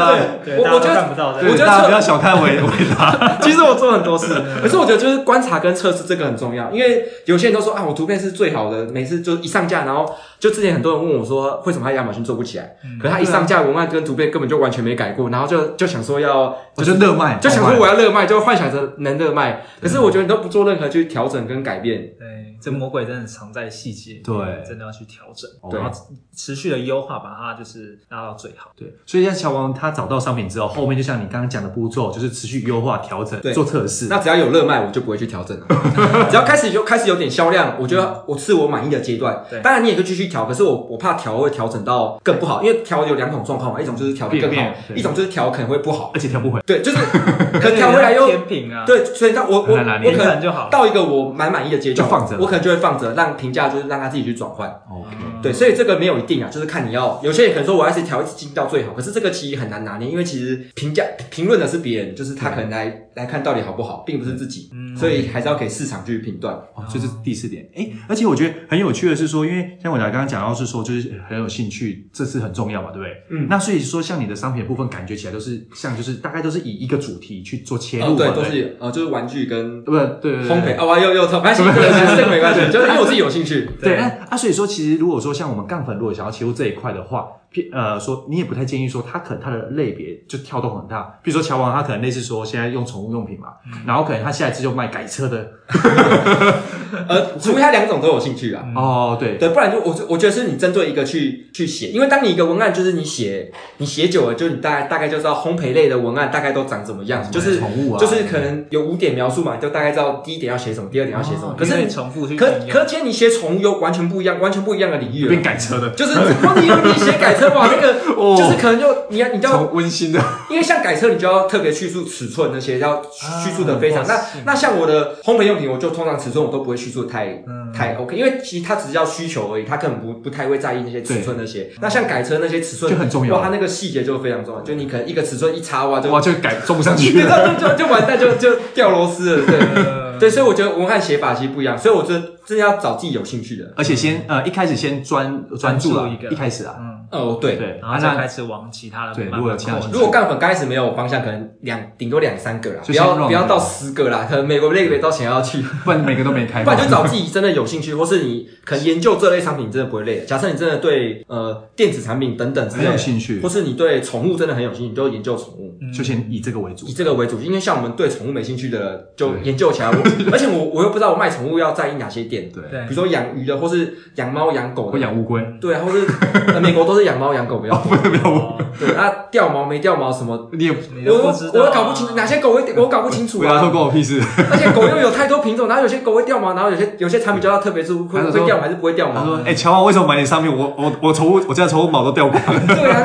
Speaker 3: 我我觉得
Speaker 6: 看不到，
Speaker 3: 我
Speaker 2: 对
Speaker 3: 觉得
Speaker 2: 大家
Speaker 3: 测
Speaker 2: 不要小看伟伟达，
Speaker 3: 其实我做很多事，可是我觉得就是观察跟测试这个很重要，因为有些人都说啊，我图片是最好的，每次就一上架，然后就之前很多人问我说，为什么他亚马逊做不起来？可是他一上架文案跟图片根本就完全没改过，然后就就想说要
Speaker 2: 我就热卖，
Speaker 3: 就想
Speaker 2: 好卖
Speaker 3: 说我要热卖，就幻想着能热卖，可是我觉得你都不做任何去调整跟改变，
Speaker 6: 对，这魔鬼真的藏在细节里面，
Speaker 2: 对哦
Speaker 6: 真的要去调整，
Speaker 3: 对
Speaker 6: 然后持续的优化，把它就是拉到最好。
Speaker 2: 对，所以像小王他找到商品之后，后面就像你刚刚讲的步骤，就是持续优化、调整、
Speaker 3: 对
Speaker 2: 做测试。
Speaker 3: 那只要有热卖，我就不会去调整 了。只要开始就开始有点销量，我
Speaker 2: 嗯
Speaker 3: 觉得我是我满意的阶段
Speaker 6: 对。
Speaker 3: 当然你也可以继续调，可是我我怕调会调整到更不好，因为调有两种状况嘛，一种就是调的更
Speaker 2: 变
Speaker 3: 好
Speaker 2: 变，对
Speaker 3: 一种就是调可能会 不好。
Speaker 2: 而且调不回，
Speaker 3: 对，就是可能调回来 又
Speaker 6: 天平啊，
Speaker 3: 对，所以那我我
Speaker 2: 很难拿
Speaker 3: 我
Speaker 2: 捏
Speaker 3: 可
Speaker 6: 平衡
Speaker 3: 能
Speaker 6: 就好了。
Speaker 3: 到一个我蛮满意的阶段，
Speaker 2: 就放着
Speaker 3: 我可能就会放着，让评价就是让他自己去转换。
Speaker 6: 嗯
Speaker 3: 对，所以这个没有一定啊，就是看你要。有些人可能说我要是调一次进到最好，可是这个其实很难拿捏，因为其实评价评论的是别人，就是他可能来来看到底好不好，并不是自己，
Speaker 2: 嗯
Speaker 3: 所以还是要给市场去评断。
Speaker 2: 哦，这是第四点。哎，而且我觉得很有趣的是说，因为像我刚刚讲到是说，就是很有兴趣，这是很重要嘛，对不对？
Speaker 3: 嗯
Speaker 2: 那所以说，像你的商品的部分，感觉起来都是像就是大概都是以一个主题去做切入
Speaker 3: 哦，
Speaker 2: 嘛，
Speaker 3: 对，
Speaker 2: 不
Speaker 3: 都是呃，就是玩具跟
Speaker 2: 对不对对对对
Speaker 3: 烘焙，哦，哇又又从，没关系，对对对这个没关系，就是因为我自己有兴趣。
Speaker 2: 对，那啊，所以说，其实如果说像我们杠粉，如果想要切入这一块的话，譬呃，说你也不太建议说他可能他的类别就跳动很大，比如说乔王，他可能类似说现在用宠物用品嘛，
Speaker 3: 嗯
Speaker 2: 然后可能他下一次就卖改车的，
Speaker 3: 呃，除非他两种都有兴趣啊，
Speaker 2: 哦，对，
Speaker 3: 对，不然就我我觉得是你针对一个去去写，因为当你一个文案就是你写你写久了，就你大概大概就知道烘焙类的文案大概都长怎么样，就是
Speaker 2: 宠物啊
Speaker 3: 就是可能有五点描述嘛，你就大概知道第一点要写什么，第二点要写什么。可是
Speaker 6: 哦因为
Speaker 3: 你
Speaker 6: 重复去
Speaker 3: 可
Speaker 6: 运用
Speaker 3: 可今天你写宠物又完全不一样，完全不一样的领域
Speaker 2: 变
Speaker 3: 了。
Speaker 2: 改车的，
Speaker 3: 就是光你有你写改车哇，那个
Speaker 2: 哦
Speaker 3: 就是可能就你要你就要
Speaker 2: 超温馨的，
Speaker 3: 因为像改车，你就要特别叙述尺寸那些，要叙述的非常。
Speaker 6: 哇
Speaker 3: 那
Speaker 6: 是
Speaker 3: 那像我的烘焙用品，我就通常尺寸我都不会叙述太、
Speaker 6: 嗯
Speaker 2: 嗯
Speaker 3: 太 OK，因为其实它只是要需求而已，他可能不不太会在意那些尺寸那些。那像改车那些尺寸
Speaker 2: 就很重要
Speaker 3: 哇，它那个细节就非常重要。就你可能一个尺寸一差哇，就
Speaker 2: 哇，就改装不上去
Speaker 3: 对，
Speaker 2: 了。
Speaker 3: 就就就完蛋，就就掉螺丝了。对对，所以我觉得文案写法其实不一样，所以我觉得真的要找自己有兴趣的。
Speaker 2: 而且先呃一开始先专专注了
Speaker 6: 专注一个
Speaker 2: 一开始啊，
Speaker 6: 嗯，
Speaker 3: 哦，对。
Speaker 2: 对，
Speaker 6: 然后
Speaker 2: 啊
Speaker 6: 再开
Speaker 2: 那
Speaker 6: 始往其他的
Speaker 2: 对
Speaker 6: 慢
Speaker 2: 如果
Speaker 6: 慢
Speaker 2: 有其他
Speaker 6: 扩
Speaker 2: 兴趣
Speaker 3: 如果杠粉刚开始没有方向，可能两顶多两三个啦，
Speaker 2: 就
Speaker 3: 不
Speaker 2: 先
Speaker 3: 要
Speaker 2: run
Speaker 3: 不要
Speaker 2: 了
Speaker 3: 到十个啦，可能美国那个都想要去。
Speaker 2: 不然每个都没开
Speaker 3: 不
Speaker 2: 嘛，
Speaker 3: 然就找自己真的有兴趣，或是你可能研究这类商品，你真的不会累的。假设你真的对呃电子产品等等之类
Speaker 2: 很
Speaker 3: 的
Speaker 2: 有兴趣
Speaker 3: 或，是你对宠物真的很有兴趣，你就研究宠物，
Speaker 2: 就先以这个为主
Speaker 3: 以。这个为主。因为像我们对宠物没兴趣的，就
Speaker 2: 对
Speaker 3: 研究 起来。我而且我我又不知道我卖宠物要在意哪些点，
Speaker 2: 对，
Speaker 6: 对
Speaker 3: 比如说养鱼的，或是养猫养狗
Speaker 2: 我
Speaker 3: 的，
Speaker 2: 养哦乌龟，
Speaker 3: 对啊，或是、呃美国都是养猫养狗，不要
Speaker 2: 不要乌，
Speaker 3: 对啊，掉毛没掉毛什么。
Speaker 2: 你也
Speaker 6: 你
Speaker 3: 我
Speaker 6: 都不知道
Speaker 3: 我
Speaker 6: 啊
Speaker 3: 我搞不清楚哪些狗会，我搞不清楚
Speaker 2: 不要说
Speaker 3: 啊。
Speaker 2: 关我屁事。
Speaker 3: 而且狗又有太多品种，然后有些狗会掉毛，然后有些有些产品就要特别注意会
Speaker 2: 还是说
Speaker 3: 会掉毛还是不会掉毛
Speaker 2: 他。说：“哎、乔王，为什么买你商品？我我我宠物，我家的宠物毛都掉光了。
Speaker 3: 对啊，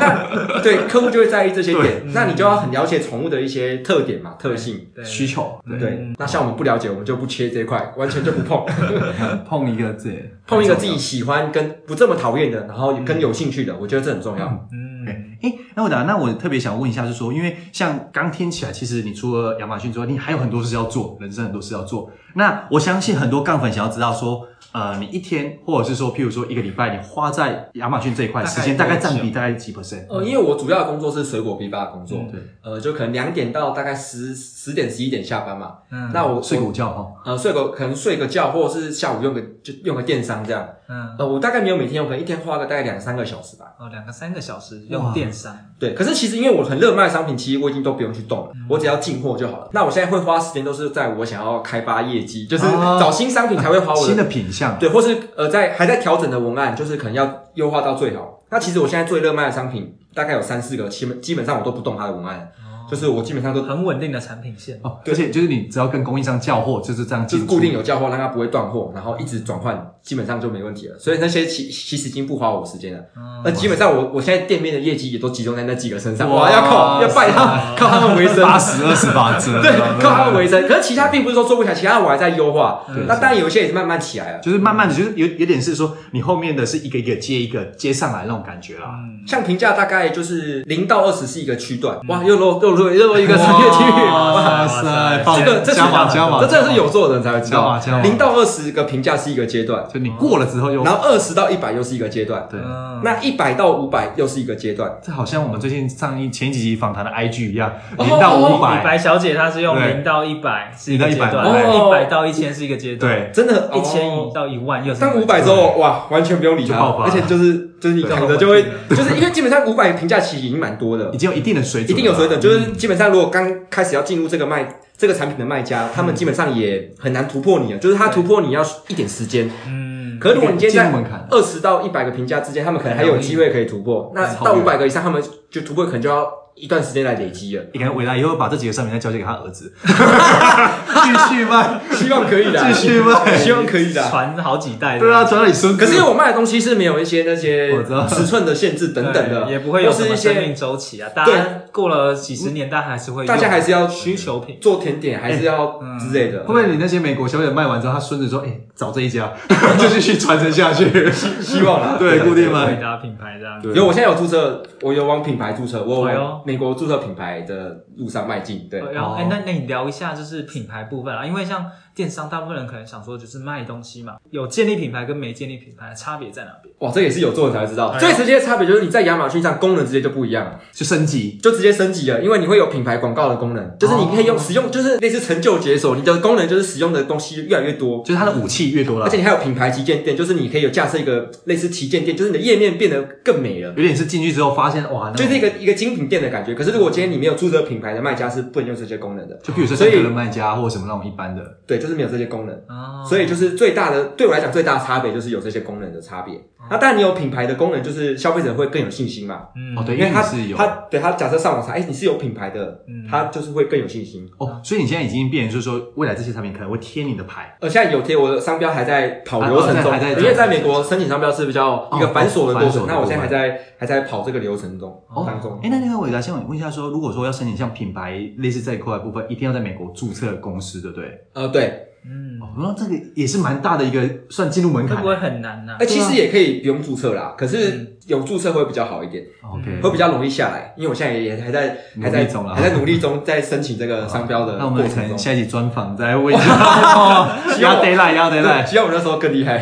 Speaker 3: 那对客户就会在意这些
Speaker 2: 嗯
Speaker 3: 点，那你就要很了解宠物的一些特点嘛、特性。
Speaker 6: 对
Speaker 2: 需求，对，
Speaker 3: 对，那像我们不了解，我们就不切这一块，完全就不碰，
Speaker 2: 碰一个字，
Speaker 3: 碰一个自己喜欢跟不这么讨厌的，然后跟有兴趣的，我觉得这很重要。
Speaker 6: 嗯，
Speaker 2: 哎，那我达，那我特别想问一下，就是说，因为像刚听起来，其实你除了亚马逊之外，你还有很多事要做，人生很多事要做。那我相信很多杠粉想要知道说，呃，你一天或者是说，譬如说一个礼拜，你花在亚马逊这一块
Speaker 6: 大概
Speaker 2: 时间，大概
Speaker 6: 多久
Speaker 2: 占比大概几 percent？
Speaker 3: 呃，因为我主要的工作是水果批发的工作，
Speaker 2: 嗯对，
Speaker 3: 呃，就可能两点到大概十十点十一点下班嘛。
Speaker 6: 嗯
Speaker 3: 那我
Speaker 2: 睡
Speaker 3: 我
Speaker 2: 午觉哈，
Speaker 3: 呃睡个可能睡个觉，或者是下午用个就用个电商这样。
Speaker 6: 嗯，
Speaker 3: 呃，我大概没有每天用，可能一天花个大概两三个小时吧。
Speaker 6: 哦，两个三个小时用电商，
Speaker 3: 对，可是其实因为我很热卖的商品，其实我已经都不用去动了，
Speaker 2: 嗯
Speaker 3: 我只要进货就好了。那我现在会花时间都是在我想要开发业绩，就是
Speaker 2: 啊
Speaker 3: 找新商品才会花我
Speaker 2: 新的品相，
Speaker 3: 对，或是呃在还在调整的文案，就是可能要优化到最好。那其实我现在最热卖的商品大概有三四个，基本基本上我都不动它的文案，就哦就是我基本上都
Speaker 6: 很稳定的产品线。
Speaker 2: 哦，而且就是你只要跟供应商叫货，就是这样
Speaker 3: 就
Speaker 2: 进
Speaker 3: 是
Speaker 2: 出，
Speaker 3: 固定有交货，让它不会断货，然后一直转换，基本上就没问题了。所以那些其其实已经不花我时间了。那、基本上我我现在店面的业绩也都集中在那几个身上，
Speaker 2: 哇
Speaker 3: 哇，要靠要拜他靠他们为生，
Speaker 2: 八十二十八折，
Speaker 3: 对，
Speaker 2: 吧
Speaker 3: 靠他们为生。可是其他并不是说做不起来，其他我还在优化。那
Speaker 2: 是
Speaker 3: 当然有一些也是慢慢起来了。
Speaker 2: 就是慢慢的，就是有有点是说，你后面的是一个一个接一个接上来那种感觉啦。
Speaker 6: 嗯
Speaker 3: 像评价大概就是零到二十是一个区
Speaker 2: 嗯
Speaker 3: 段，哇，又落又落又落一个产业区域，哇，
Speaker 2: 塞
Speaker 3: 这个这
Speaker 2: 加码
Speaker 3: 这
Speaker 2: 加码，
Speaker 3: 这真的是有做的人才会知道
Speaker 2: 加码加码。
Speaker 3: 零到二十个评价是一个阶段，
Speaker 2: 就你过了之后又
Speaker 3: 然后二十到一百又是一个阶段，
Speaker 2: 对，
Speaker 6: 嗯
Speaker 3: 那一百到五百又是一个阶段。
Speaker 2: 这好像我们最近上一前几集访谈的 IG 一样，
Speaker 3: 哦
Speaker 2: 零到五
Speaker 6: 李
Speaker 2: 百，
Speaker 6: 白小姐她是用
Speaker 2: 对
Speaker 6: 零到一百是一个阶
Speaker 2: 0到100
Speaker 6: 段，
Speaker 3: 哦
Speaker 6: 一百到一千是一个阶段，
Speaker 2: 对，
Speaker 3: 真的
Speaker 6: 一千
Speaker 3: 哦
Speaker 6: 到一万又是一个
Speaker 3: 但
Speaker 6: 阶
Speaker 3: 五
Speaker 6: 段
Speaker 3: 百之后，哇，完全不用理
Speaker 2: 就
Speaker 3: 它
Speaker 2: 爆发，了
Speaker 3: 而且就是就是你
Speaker 2: 对
Speaker 3: 躺着就会，就是因为基本上五百评价其实已经蛮多的
Speaker 2: 已， 经有一定的水
Speaker 3: 一
Speaker 2: 准了，
Speaker 3: 定有水准。就是基本上如果刚开始要进入这个卖这个产品的卖家，他们基本上也很难突破你了，就是他突破你要一点时间。
Speaker 6: 嗯，
Speaker 3: 可是如果你今
Speaker 2: 进
Speaker 3: 天
Speaker 2: 入
Speaker 3: 在
Speaker 2: 门槛
Speaker 3: 二十到一百个评价之间，他们可能还有机会可以突破。那到五百个以上，他们就突破可能就要一段时间来累积了。
Speaker 2: 你看伟大以后把这几个商品再交接给他儿 子，继续卖，
Speaker 3: 希望可以的，
Speaker 2: 继续卖，
Speaker 3: 希望可以的。啊
Speaker 6: 传好几代的，
Speaker 2: 对啊，传到你孙子。
Speaker 3: 可是因为我卖的东西是没有一些那些
Speaker 2: 我知道
Speaker 3: 尺寸的限制等等的，
Speaker 6: 对也不会有
Speaker 3: 或
Speaker 6: 什
Speaker 3: 是一
Speaker 6: 么生命
Speaker 3: 些
Speaker 6: 周期啊。大家过了几十年，大家还是会用，
Speaker 3: 大家还是要
Speaker 6: 需求品。
Speaker 3: 做甜点，还是要之类的
Speaker 2: 会不。会你那些美国小姐卖完之后，他孙子说：“哎、找这一家，就继续传承下去。，
Speaker 3: 希望啦
Speaker 2: 对，固定
Speaker 6: 回
Speaker 2: 卖。
Speaker 6: 答品牌这样子，
Speaker 2: 对
Speaker 3: 有，我现在有注册，我有往品牌注册，我
Speaker 6: 哎
Speaker 3: 有
Speaker 6: 呦
Speaker 3: 往美国注册品牌的路上迈进。对，
Speaker 6: 然后哎、那那你聊一下就是品牌部分啊，因为像电商，大部分人可能想说就是卖东西嘛，有建立品牌跟没建立品牌的差别在哪边？
Speaker 3: 哇，这也是有做的才会知道。
Speaker 6: 哎呦
Speaker 3: 最直接的差别就是你在亚马逊上功能直接就不一样了，
Speaker 2: 就升级。
Speaker 3: 就直接升级了，因为你会有品牌广告的功能，就是你可以用使用，就是类似成就解锁，你的功能就是使用的东西越来越多。
Speaker 2: 就是他的武器越多了
Speaker 3: 而且，你还有品牌旗舰店，就是你可以有架设一个类似旗舰店，就是你的页面变得更美了。
Speaker 2: 有点是进去之后发现哇，那
Speaker 3: 就是一个一个精品店的感觉。可是如果今天你没有注册品牌的卖家是不能用这些功能的，
Speaker 2: 就比如说像
Speaker 3: 所以
Speaker 2: 个人卖家或者什么那种一般的，
Speaker 3: 对，就是没有这些功能。
Speaker 6: 哦，
Speaker 3: 所以就是最大的，对我来讲最大的差别就是有这些功能的差别。那当然你有品牌的功能，就是消费者会更有信心嘛，
Speaker 6: 嗯
Speaker 2: 哦，对，
Speaker 3: 因为
Speaker 2: 为
Speaker 3: 他
Speaker 2: 是有
Speaker 3: 他对他假设上网查，哎，你是有品牌的
Speaker 6: 嗯，
Speaker 3: 他就是会更有信心。
Speaker 2: 哦，所以你现在已经变成就是说，未来这些产品可能会贴你的牌，
Speaker 3: 呃，现在有贴我的商标还在跑
Speaker 2: 啊
Speaker 3: 流程中
Speaker 2: 还在还在，
Speaker 3: 因为在美国申请商标是比较一个繁琐的
Speaker 2: 哦
Speaker 3: 过
Speaker 2: 繁琐的
Speaker 3: 程，那我现在
Speaker 2: 部分
Speaker 3: 还在还在跑这个流程中
Speaker 2: 哦
Speaker 3: 当中
Speaker 2: 哎，。那那个伟达，先我问一下说，如果说要申请像品牌类似这一块的部分，一定要在美国注册公司，对不对？
Speaker 3: 呃，对，
Speaker 6: 嗯，
Speaker 2: 哦，那这个也是蛮大的一个算进入门
Speaker 6: 会
Speaker 2: 槛
Speaker 6: 不。会很难啊呢、
Speaker 3: 哎，其实也可以不用注册啦，可是有注册会比较好一点。
Speaker 2: OK，
Speaker 3: 嗯会比较容易下来，因为我现在也还在还
Speaker 2: 嗯努
Speaker 3: 在
Speaker 2: 力中啦
Speaker 3: 还在努力中，在申请这个商标的
Speaker 2: 那我
Speaker 3: 过
Speaker 2: 们可
Speaker 3: 程
Speaker 2: 能
Speaker 3: 中。
Speaker 2: 下一集专访再问一 下，哦压 deadline，压 deadline
Speaker 3: 对，。希望我那时候更厉害。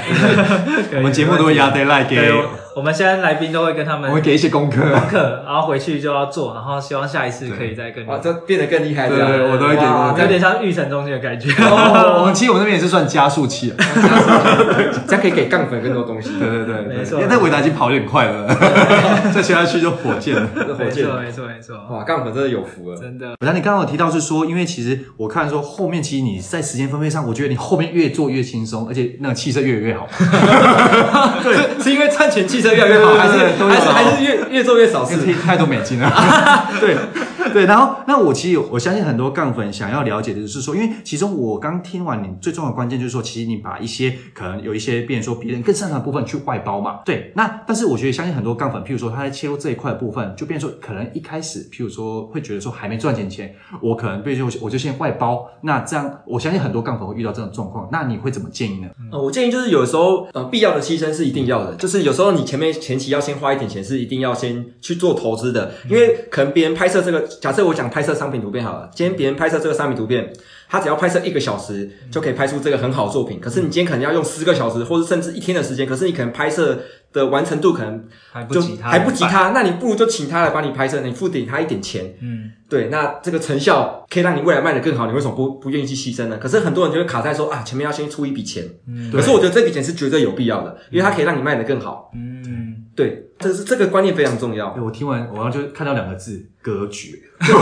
Speaker 6: 可以
Speaker 2: 我们节目都会压 deadline 给，
Speaker 6: 对，我我们现在来宾都会跟他们
Speaker 2: 我会给一些功 课。
Speaker 6: 课，然后回去就要做，然后希望下一次可以再跟你
Speaker 3: 哇，这变得更厉害
Speaker 2: 对
Speaker 3: 这样。
Speaker 2: 哦对我都会给
Speaker 3: 哇
Speaker 2: 我
Speaker 6: 有点像育成中心的感觉。
Speaker 2: 哦，我们其实我们那边也是算加速器啊，
Speaker 3: 这样可以给杠粉更多东西。
Speaker 2: 对对对，对
Speaker 6: 没错
Speaker 2: 因为那伟达已经跑得很快了， 再切下去就火箭了。
Speaker 3: 这火
Speaker 6: 没
Speaker 3: 箭
Speaker 6: 错，，没错，没错，
Speaker 3: 哇，杠粉真的有福了。
Speaker 6: 真的。
Speaker 2: 伟达，你刚刚有提到是说，因为其实我看说后面其实你在时间分配上，我觉得你后面越做越轻松，而且那个气色越来越好。
Speaker 3: 对，是因为赚钱汽车越来越好，
Speaker 2: 对
Speaker 3: 还是
Speaker 2: 对对都有
Speaker 3: 还是还是越越做越少
Speaker 2: 因
Speaker 3: 事
Speaker 2: 为？太多美金啊了。 对对，然后那我其实有我相信很多杠粉想要了解的就是说，因为其实我刚听完你最重要的关键就是说，其实你把一些可能有一些变成说别人更擅长的部分去外包嘛。对，那但是我觉得相信很多杠粉，譬如说他在切入这一块的部分，就变成说可能一开始，譬如说会觉得说还没赚钱前，我可能比如说我就先外包，那这样我相信很多杠粉会遇到这种状况，那你会怎么建议呢？
Speaker 3: 呃，我建议就是有时候呃，必要的牺牲是一定要的，就是有时候你前面前期要先花一点钱，是一定要先去做投资的，因
Speaker 6: 嗯
Speaker 3: 为可能别人拍摄这个，假设我讲拍摄商品图片好了，今天别人拍摄这个商品图片，他只要拍摄一个小时
Speaker 6: 嗯
Speaker 3: 就可以拍出这个很好的作品，可是你今天可能要用十个小时，或者甚至一天的时间，可是你可能拍摄的完成度可能
Speaker 6: 还不
Speaker 3: 就
Speaker 6: 及他，
Speaker 3: 还不及。他，那你不如就请他来帮你拍摄，你付给他一点钱，
Speaker 6: 嗯，
Speaker 3: 对，那这个成效可以让你未来卖得更好，你为什么不不愿意去牺牲呢？可是很多人就会卡在说啊，前面要先出一笔钱，
Speaker 6: 嗯
Speaker 3: 可是我觉得这笔钱是绝对有必要的，因为它可以让你卖得更好。
Speaker 6: 嗯，
Speaker 3: 对，这是这个观念非常重要
Speaker 2: 哎，。我听完我要就看到两个字格局，
Speaker 3: 对，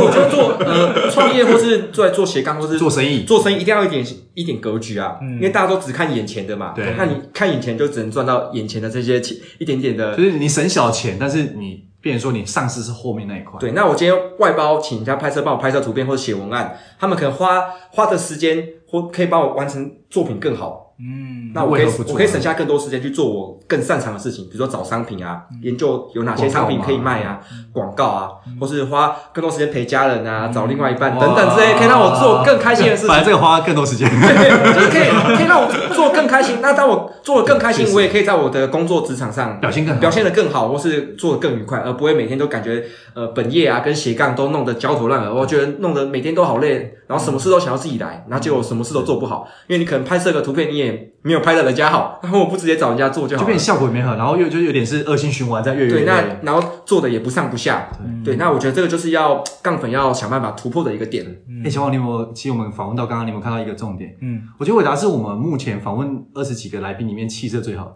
Speaker 3: 我觉得做呃创业或是做做斜杠或是
Speaker 2: 做生意
Speaker 3: 做生意一定要有一点一点格局啊，
Speaker 6: 嗯
Speaker 3: 因为大家都只看眼前的嘛。
Speaker 2: 对
Speaker 3: 那你看眼前就只能赚到眼前的这些钱一点点的
Speaker 2: 就。是你省小钱，但是你变成说你丧失是后面那一块。
Speaker 3: 对，那我今天外包请人家拍摄，帮我拍摄图片或者写文案，他们可能花花的时间或可以帮我完成作品更好。嗯，那我可以
Speaker 2: 为何不做呢
Speaker 3: 我可以省下更多时间去做我更擅长的事情，比如说找商品啊，研究有哪些商品可以卖啊，广告啊，或是花更多时间陪家人啊，找另外一
Speaker 2: 嗯
Speaker 3: 半等等之类，可以让我做更开心的事情
Speaker 2: 反。正这个花更多 时间。
Speaker 3: 对，就是可以可以让我做得更开心。那当我做的更开心，我也可以在我的工作职场上
Speaker 2: 表现更好
Speaker 3: 表现的更好，或是做的更愉快，而不会每天都感觉呃本业啊跟斜杠都弄得焦头烂额。我觉得弄得每天都好累，然后什么事都想要自己来，然后结果什么事都做不好，因为你可能拍摄个图片你也没有拍的人家好，然后我不直接找人家做就好
Speaker 2: 就
Speaker 3: 了
Speaker 2: 变。成效果也没很好，然后又就有点是恶性循环，在越越
Speaker 3: 对，
Speaker 2: 越
Speaker 3: 那然后做的也不上不下，对，那我觉得这个就是要杠粉要想办法突破的一个点。
Speaker 2: 哎、小王，你有没有？其实我们访问到刚刚，你有没有看到一个重点？
Speaker 1: 嗯，
Speaker 2: 我觉得伟达是我们目前访问二十几个来宾里面气色最好，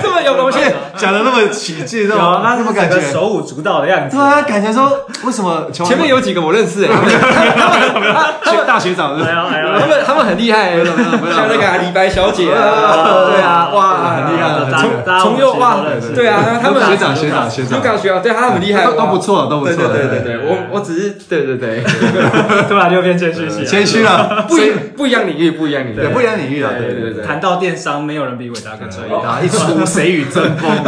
Speaker 3: 这么有东西，
Speaker 2: 讲的那么起劲，有
Speaker 6: 有，啊那
Speaker 2: 那
Speaker 6: 是
Speaker 2: 么
Speaker 6: 么
Speaker 2: 感
Speaker 6: 感
Speaker 2: 觉
Speaker 6: 觉？手舞足蹈的样子
Speaker 2: 对。啊，感觉说为什么乔王
Speaker 3: 前面有几个我认识、欸，
Speaker 2: 学大学长是不
Speaker 6: 哎
Speaker 2: 是
Speaker 6: 呦哎呦，
Speaker 3: 他们他们很厉害、欸，像那个李白小姐啊，对啊，哇，
Speaker 2: 很厉害
Speaker 6: 大
Speaker 2: 很
Speaker 6: 家大家
Speaker 3: 从
Speaker 6: 我
Speaker 3: 右
Speaker 6: 们
Speaker 3: 哇
Speaker 6: 其实都认识，
Speaker 3: 对啊，他们
Speaker 2: 学长学长学
Speaker 3: 鹿
Speaker 2: 长，
Speaker 3: 港学校，对他很厉害，
Speaker 2: 都都不错，都不
Speaker 3: 对
Speaker 2: 错，
Speaker 3: 对对对对，我我只是对对对，
Speaker 6: 突然就变谦虚啊起来。
Speaker 2: 谦虚了，
Speaker 3: 不一不一样领域，不一样领域，
Speaker 2: 对不一样领域了，
Speaker 3: 对
Speaker 2: 啊对
Speaker 3: 对
Speaker 2: 对
Speaker 3: 对
Speaker 2: 对。
Speaker 6: 谈到电商，没有人比伟达更专业。
Speaker 2: 啊！一出谁与争锋，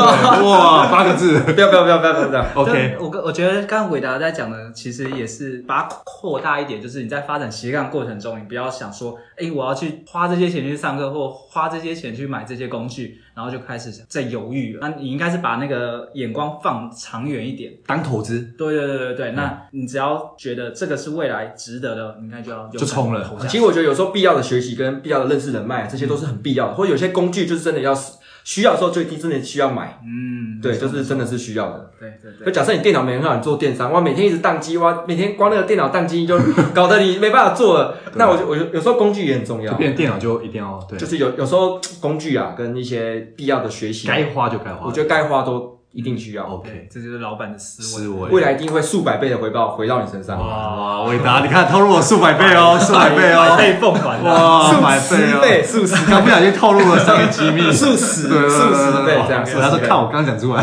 Speaker 2: 哇，八个字
Speaker 3: 不要不要不要不要不要，
Speaker 2: ，OK
Speaker 1: 但。我跟我觉得刚刚伟达在讲的，其实也是把它扩大一点，就是你在发展斜杠过程中，你不要想说，哎，我要去花这些钱去上课，或花这些钱去买这些工具，然后就开始在犹豫了。那你应该是把那个眼光放长远一点。嗯
Speaker 2: 当投资
Speaker 1: 对对对对对，那你只要觉得这个是未来值得的，你应该就要
Speaker 2: 就冲了
Speaker 1: 投下去
Speaker 3: 其实我觉得有时候必要的学习跟必要的认识人脉，这些都是很必要的，或者有些工具就是真的要需要的时候就一定真的需要买，
Speaker 1: 嗯，
Speaker 3: 对，就是真的是需要的。
Speaker 1: 对对对
Speaker 3: 就。假设你电脑没很好，你做电商，哇，每天一直宕机，哇，每天光那个电脑宕机就搞得你没办法做 了。那我就我就有时候工具也很重要
Speaker 2: 就，变电脑就一定要对
Speaker 3: 就，是有有时候工具啊跟一些必要的学习，
Speaker 2: 该花就哦该花。
Speaker 3: 我觉得该花都一定需要，
Speaker 2: OK，
Speaker 1: 这就是老板的思
Speaker 2: 思
Speaker 1: 维。
Speaker 2: 维
Speaker 3: 未来一定会数百倍的回报回到你身
Speaker 2: 哦
Speaker 3: 上，
Speaker 2: 哇，伟达，你看透露我数百倍哦，数百倍哦，
Speaker 6: 被奉还了。
Speaker 2: 哇，数哦
Speaker 3: 数十倍、数 十
Speaker 2: 刚不小心透露了商业机密，
Speaker 3: 数十
Speaker 2: 对对对
Speaker 3: 数
Speaker 2: 对
Speaker 3: 十
Speaker 2: 对
Speaker 3: 倍
Speaker 2: 哇
Speaker 3: 这样，
Speaker 2: 他说看我刚刚讲出来。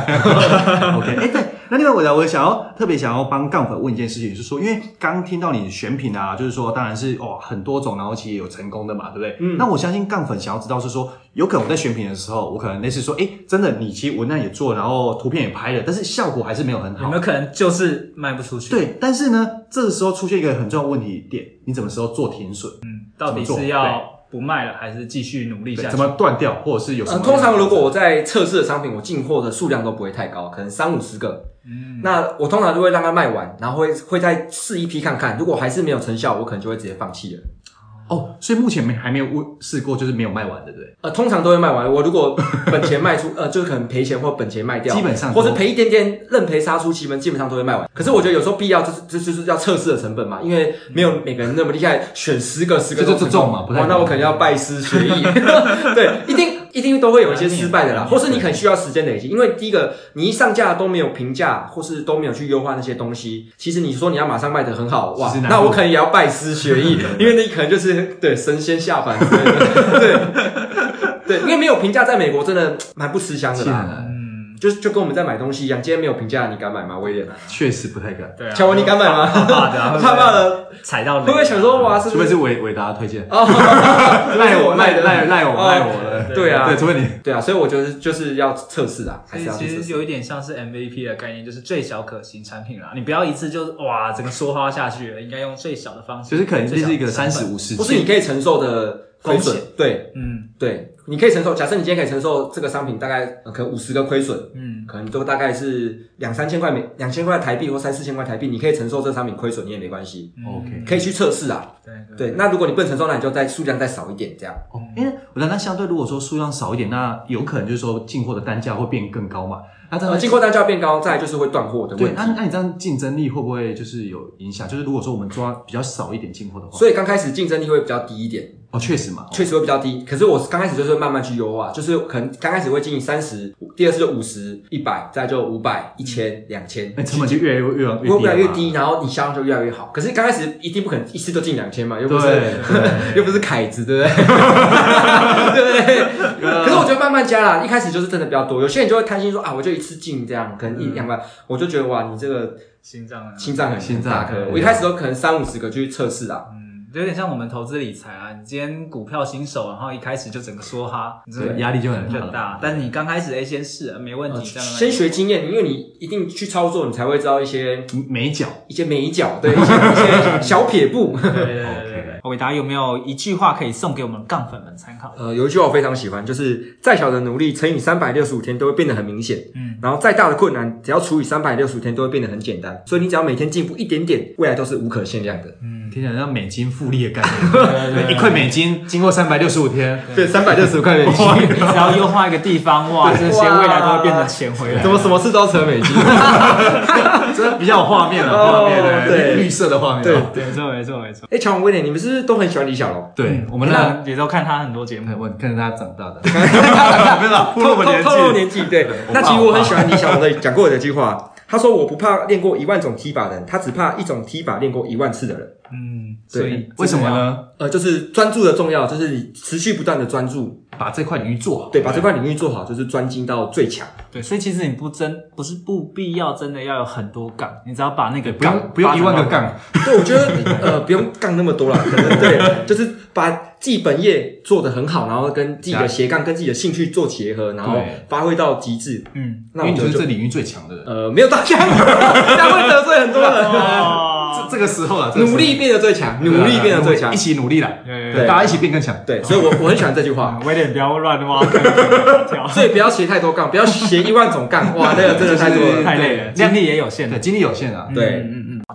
Speaker 2: OK，哎、对。那另外，我来我想要特别想要帮杠粉问一件事情，就是说，因为刚听到你选品啊，就是说，当然是哦很多种，然后其实也有成功的嘛，对不对？嗯。那我相信杠粉想要知道是说，有可能我在选品的时候，我可能类似说，哎、真的你其实文案也做，然后图片也拍了，但是效果还是没有很好。
Speaker 6: 有没有可能就是卖不出去？，
Speaker 2: 对，但是呢，这个时候出现一个很重要的问题点，你怎么时候做停损？
Speaker 6: 到底
Speaker 2: 怎么
Speaker 6: 是
Speaker 2: 做
Speaker 6: 要不卖了，还是继续努力
Speaker 2: 对
Speaker 6: 下
Speaker 2: 怎
Speaker 6: 去？
Speaker 2: 么断掉，或者是有什么
Speaker 3: 呃，
Speaker 2: 样的？
Speaker 3: 通常如果我在测试的商品，我进货的数量都不会太高，可能三五十个。
Speaker 2: 嗯
Speaker 3: 那我通常就会让它卖完，然后会会再试一批看看，如果还是没有成效，我可能就会直接放弃了。
Speaker 2: 哦，所以目前没还没有问试过，就是没有卖完的，对不对？
Speaker 3: 呃，通常都会卖完。我如果本钱卖出， 呃，就是可能赔钱或本钱卖掉，
Speaker 2: 基本上都嗯
Speaker 3: 或是赔一点点，认赔杀出奇门，基本上都会卖完。可是我觉得有时候必要就是这就是要测试的成本嘛，因为没有每个人那么厉害，选十个十个
Speaker 2: 这
Speaker 3: 都
Speaker 2: 这
Speaker 3: 成功
Speaker 2: 中嘛不太
Speaker 3: 哇
Speaker 2: 可能
Speaker 3: 那我可能要拜师学 艺。对，一定一定都会有一些失败的啦，或是你可能需要时间累积，因为第一个你一上架都没有评价，或是都没有去优化那些东西，其实你说你要马上卖的很好哇
Speaker 2: 其实，难
Speaker 3: 那
Speaker 2: 度
Speaker 3: 我可能也要拜师 学艺，因为你可能就是对神仙下凡之类的，对。对，因为没有评价，在美国真的蛮不吃香的
Speaker 2: 竟
Speaker 3: 啦。
Speaker 2: 然
Speaker 1: 嗯
Speaker 3: 就是就跟我们在买东西一样，今天没有评价，你敢买吗？威廉，
Speaker 2: 确实不太敢，
Speaker 6: 对啊，
Speaker 3: 乔文，你敢买吗？
Speaker 6: 怕的啊，
Speaker 3: 怕怕的，
Speaker 6: 踩到雷，
Speaker 3: 会不会想说哇，啊是
Speaker 2: 啊除非
Speaker 3: 不是
Speaker 2: 是？伟伟达推荐，
Speaker 3: 哦，
Speaker 2: 赖我赖赖赖我
Speaker 3: 哦
Speaker 2: 赖我了，
Speaker 3: 对啊
Speaker 2: 对，除非你
Speaker 3: 对啊，所以我觉得就是要测试啦，还
Speaker 6: 所以
Speaker 3: 是要去
Speaker 6: 其
Speaker 3: 测
Speaker 6: 实
Speaker 3: 试。
Speaker 6: 有一点像是 MVP 的概念，就是最小可行产品啦。你不要一次就哇整个梭哈下去了，应该用最小的方式，
Speaker 2: 就是可能这
Speaker 6: 最小
Speaker 2: 是
Speaker 6: 的
Speaker 2: 一个
Speaker 6: 成本
Speaker 2: 三十，五十，
Speaker 3: 不是你可以承受的亏损
Speaker 6: 风，
Speaker 3: 对
Speaker 6: 嗯
Speaker 3: 对，你可以承受。假设你今天可以承受这个商品大概呃可能五十个亏损，
Speaker 6: 嗯，
Speaker 3: 可能都大概是两三千块美两千块台币或三四千块台币，你可以承受这个商品亏损，你也没关系，
Speaker 6: 嗯
Speaker 2: OK。
Speaker 3: 可以去测试啊。
Speaker 6: 对对
Speaker 3: 对，那如果你不能承受，那你就再数量再少一点这样。
Speaker 2: 哦，因为我那相对如果说数量少一点，那有可能就是说进货的单价会变更高嘛。那这
Speaker 3: 呃，
Speaker 2: 样
Speaker 3: 进货单价变高，再来就是会断货的
Speaker 2: 对，
Speaker 3: 问
Speaker 2: 那
Speaker 3: 题。
Speaker 2: 那你这样竞争力会不会就是有影响？就是如果说我们抓比较少一点进货的话，
Speaker 3: 所以刚开始竞争力会比较低一点，
Speaker 2: 哦，确实嘛，
Speaker 3: 确实会比较低。可是我刚开始就是会慢慢去优化，就是可能刚开始会经营三十，第二次就五十、一百，再就五百、一千、两千，
Speaker 2: 那嗯哎成本就越来越越往越低了
Speaker 3: 会
Speaker 2: 嘛
Speaker 3: 越来越低，然后你销量就越来越好。可是刚开始一定不可能一次就进 两千嘛，又不
Speaker 2: 对
Speaker 3: 是
Speaker 2: 对。
Speaker 3: 又不是凯子，对不对？对不对？可是慢加啦，一开始就是真的比较多，有些人就会贪心说啊，我就一次进这样，可能
Speaker 2: 嗯
Speaker 3: 一两万，我就觉得哇，你这个
Speaker 1: 心脏啊，
Speaker 3: 心脏很
Speaker 2: 心
Speaker 3: 很
Speaker 2: 脏
Speaker 3: 大
Speaker 2: 很
Speaker 3: 颗，我一开始都可能三五十个就去测试啊，
Speaker 1: 嗯，有点像我们投资理财啊，你今天股票新手，然后一开始就整个梭哈，你真的
Speaker 2: 对压力就很大哦
Speaker 1: 很大。但你刚开始哎，先试没问题，这样
Speaker 3: 呃
Speaker 1: 啊
Speaker 3: 先学经验，因为你一定去操作，你才会知道一些
Speaker 2: 美角
Speaker 3: 一些眉角，对，一些一些小撇步。
Speaker 1: 对对对对对。伟达有没有一句话可以送给我们杠粉们参考？
Speaker 3: 呃，有一句话我非常喜欢，就是再小的努力乘以三百六十五天都会变得很明显，嗯，然后再大的困难，只要除以三百六十五天都会变得很简单，所以你只要每天进步一点点，未来都是无可限量的。
Speaker 2: 听起来像美金复利的概念， 对一块美金经过三百六十五天，
Speaker 3: 对，三百六十五块美金，
Speaker 1: 你只要优化一个地方，哇，这些未来都会变成钱回来。
Speaker 3: 怎么什么事都要扯美金？
Speaker 2: 真的比较有画面了，
Speaker 3: 哦
Speaker 2: 画面了，
Speaker 3: 对
Speaker 2: 绿色的画面。啊
Speaker 3: 对
Speaker 1: 对，没错没错没错。
Speaker 3: 哎，乔文威廉，你们是不是都很喜欢李小龙？
Speaker 2: 对，我们呢，
Speaker 1: 那也都看他很多节目，
Speaker 2: 我看着他长 大的，没有啦，透
Speaker 3: 透
Speaker 2: 露我
Speaker 3: 透透露
Speaker 2: 年纪。
Speaker 3: 年纪，对。
Speaker 2: 我
Speaker 3: 那
Speaker 2: 爸
Speaker 3: 其实
Speaker 2: 我
Speaker 3: 我很
Speaker 2: 爸
Speaker 3: 喜欢李小龙的讲过的一句话，他说：“我不怕练过一万种踢法的人，他只怕一种踢法练过一万次的人。
Speaker 1: 嗯，
Speaker 3: 对
Speaker 1: 所以
Speaker 2: 为什么？呢？”
Speaker 3: 呃，就是专注的重要，就是你持续不断的专注，
Speaker 2: 把这块领域做好，
Speaker 3: 对，把这块领域做好，就是专精到最强。
Speaker 1: 对，所以其实你不真不是不必要真的要有很多杠，你只要把那个
Speaker 2: 不用
Speaker 1: 杠
Speaker 2: 不用一万个
Speaker 1: 发展到
Speaker 2: 杠，
Speaker 3: 对，我觉得 呃不用杠那么多啦，可能对，就是把自己本业做得很好，然后跟自己的斜杠跟自己的兴趣做结合，然后
Speaker 2: 对
Speaker 3: 发挥到极致。嗯，
Speaker 2: 因
Speaker 3: 那我
Speaker 2: 为你
Speaker 3: 觉
Speaker 2: 就
Speaker 3: 得
Speaker 2: 是
Speaker 3: 就
Speaker 2: 这领域最强的人。
Speaker 3: 呃没有到这样， 这样会得罪很 多
Speaker 2: 哦
Speaker 3: 人。
Speaker 1: 哦
Speaker 2: 这这个时候啊，这个时
Speaker 3: 努
Speaker 2: 候啊
Speaker 3: 力变得最强，努力变得最强
Speaker 2: 一。起努力啦，
Speaker 3: 对
Speaker 2: 大家一起变更强。
Speaker 3: 对，所以我我很喜欢这句话。
Speaker 1: 威廉不要乱挖坑 跳，
Speaker 3: 所以不要斜太多杠，不要斜一万种杠，哇，那个真的太多
Speaker 2: 就是
Speaker 3: 了。
Speaker 1: 太累了，精力也有限嗯
Speaker 2: 对，。精力有限啊，
Speaker 3: 对，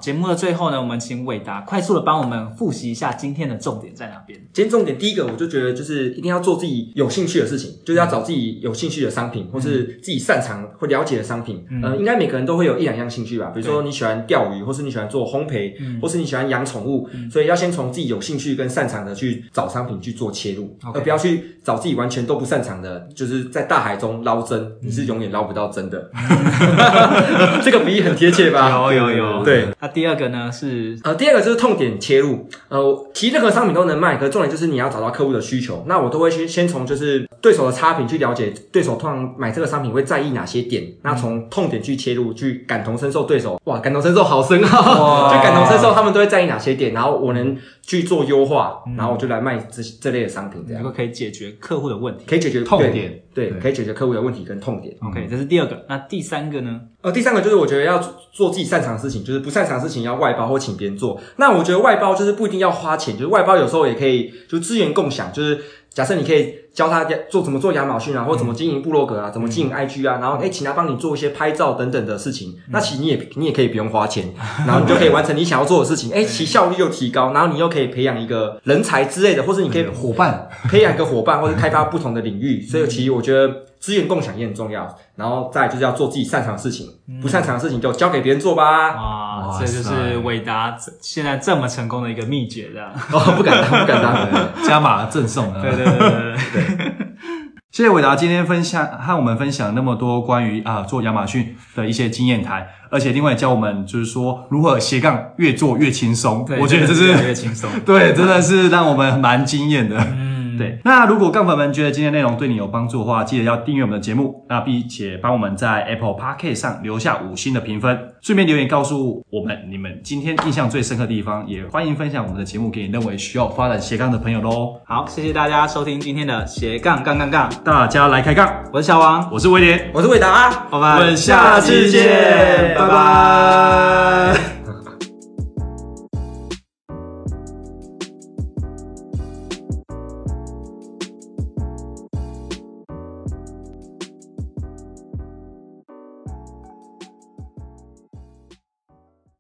Speaker 1: 节目的最后呢，我们请伟达快速的帮我们复习一下今天的重点在哪边。
Speaker 3: 今天重点第一个，我就觉得就是一定要做自己有兴趣的事情，就是要找自己有兴趣的商
Speaker 2: 嗯
Speaker 3: 品，或是自己擅长或了解的商品。呃，应该每个人都会有一两样兴趣吧，比如说你喜欢钓鱼，或是你喜欢做烘
Speaker 2: 嗯
Speaker 3: 焙，或是你喜欢养宠物，所以要先从自己有兴趣跟擅长的去找商品去做切入，而不要去找自己完全都不擅长的，就是在大海中捞针，你是永远捞不到 针的。 这个比喻很贴切吧？
Speaker 2: 有有有
Speaker 3: 对。
Speaker 1: 那第二个呢是
Speaker 3: 呃，第二个就是痛点切入。呃，其实任何商品都能卖，可是重点就是你要找到客户的需求。那我都会先先从就是对手的差评去了解对手通常买这个商品会在意哪些点，
Speaker 2: 嗯
Speaker 3: 那从痛点去切入，去感同身受对手。哇，感同身受好深奥， 就感同身受他们都会在意哪些点，然后我能去做优化，
Speaker 2: 嗯
Speaker 3: 然后我就来卖这这类的商品，这
Speaker 1: 能
Speaker 3: 样
Speaker 1: 够可以解决客户的问题。
Speaker 3: 可以解决
Speaker 2: 痛
Speaker 3: 对
Speaker 2: 点
Speaker 3: 对，
Speaker 2: 对哦
Speaker 3: 可以解决客户的问题跟痛点。
Speaker 1: OK，这是第二个。那第三个呢？
Speaker 3: 呃，第三个就是我觉得要做自己擅长的事情，就是不擅长的事情要外包或请别人做。那我觉得外包就是不一定要花钱，就是外包有时候也可以，就资源共享，就是假设你可以教他做怎么做亚马逊啊，或怎么经营部落格啊，怎么
Speaker 2: 嗯
Speaker 3: 经营 IG 啊，然后哎、请他帮你做一些拍照等等的事情。那其实你也你也可以不用花钱，然后你就可以完成你想要做的事情，哎、其效率又提高，然后你又可以培养一个人才之类的，或是你可以
Speaker 2: 伙伴，
Speaker 3: 培养一个伙伴，或者开发不同的领域。所以其实我觉得资源共享也很重要，然后再来就是要做自己擅长的事情，不擅长的事情就交给别人做吧。
Speaker 1: 哇，
Speaker 2: 哇
Speaker 1: 这就是
Speaker 2: 塞
Speaker 1: 伟达现在这么成功的一个秘诀，这样。
Speaker 3: 哦，不敢当，不敢当。
Speaker 2: 对加码赠送啊。
Speaker 1: 对对对对对。
Speaker 2: 谢谢伟达今天分享和我们分享那么多关于啊做亚马逊的一些经验谈，而且另外教我们就是说如何斜杠越做越轻松
Speaker 1: 对。
Speaker 2: 我觉得这
Speaker 1: 越来越
Speaker 2: 是
Speaker 1: 轻松。
Speaker 2: 对，真的是让我们蛮惊艳的。嗯，对。那如果杠粉们觉得今天内容对你有帮助的话，记得要订阅我们的节目，那并且帮我们在 Apple p a r k 上留下五星的评分，顺便留言告诉我们你们今天印象最深刻的地方，也欢迎分享我们的节目给你认为需要发展斜杠的朋友喽。
Speaker 1: 好，谢谢大家收听今天的斜杠杠杠杠，
Speaker 2: 大家来开杠，
Speaker 1: 我是小王，
Speaker 2: 我是威廉。
Speaker 3: 我是魏达啊，
Speaker 1: 我们
Speaker 2: 我们下次见拜拜
Speaker 3: 拜拜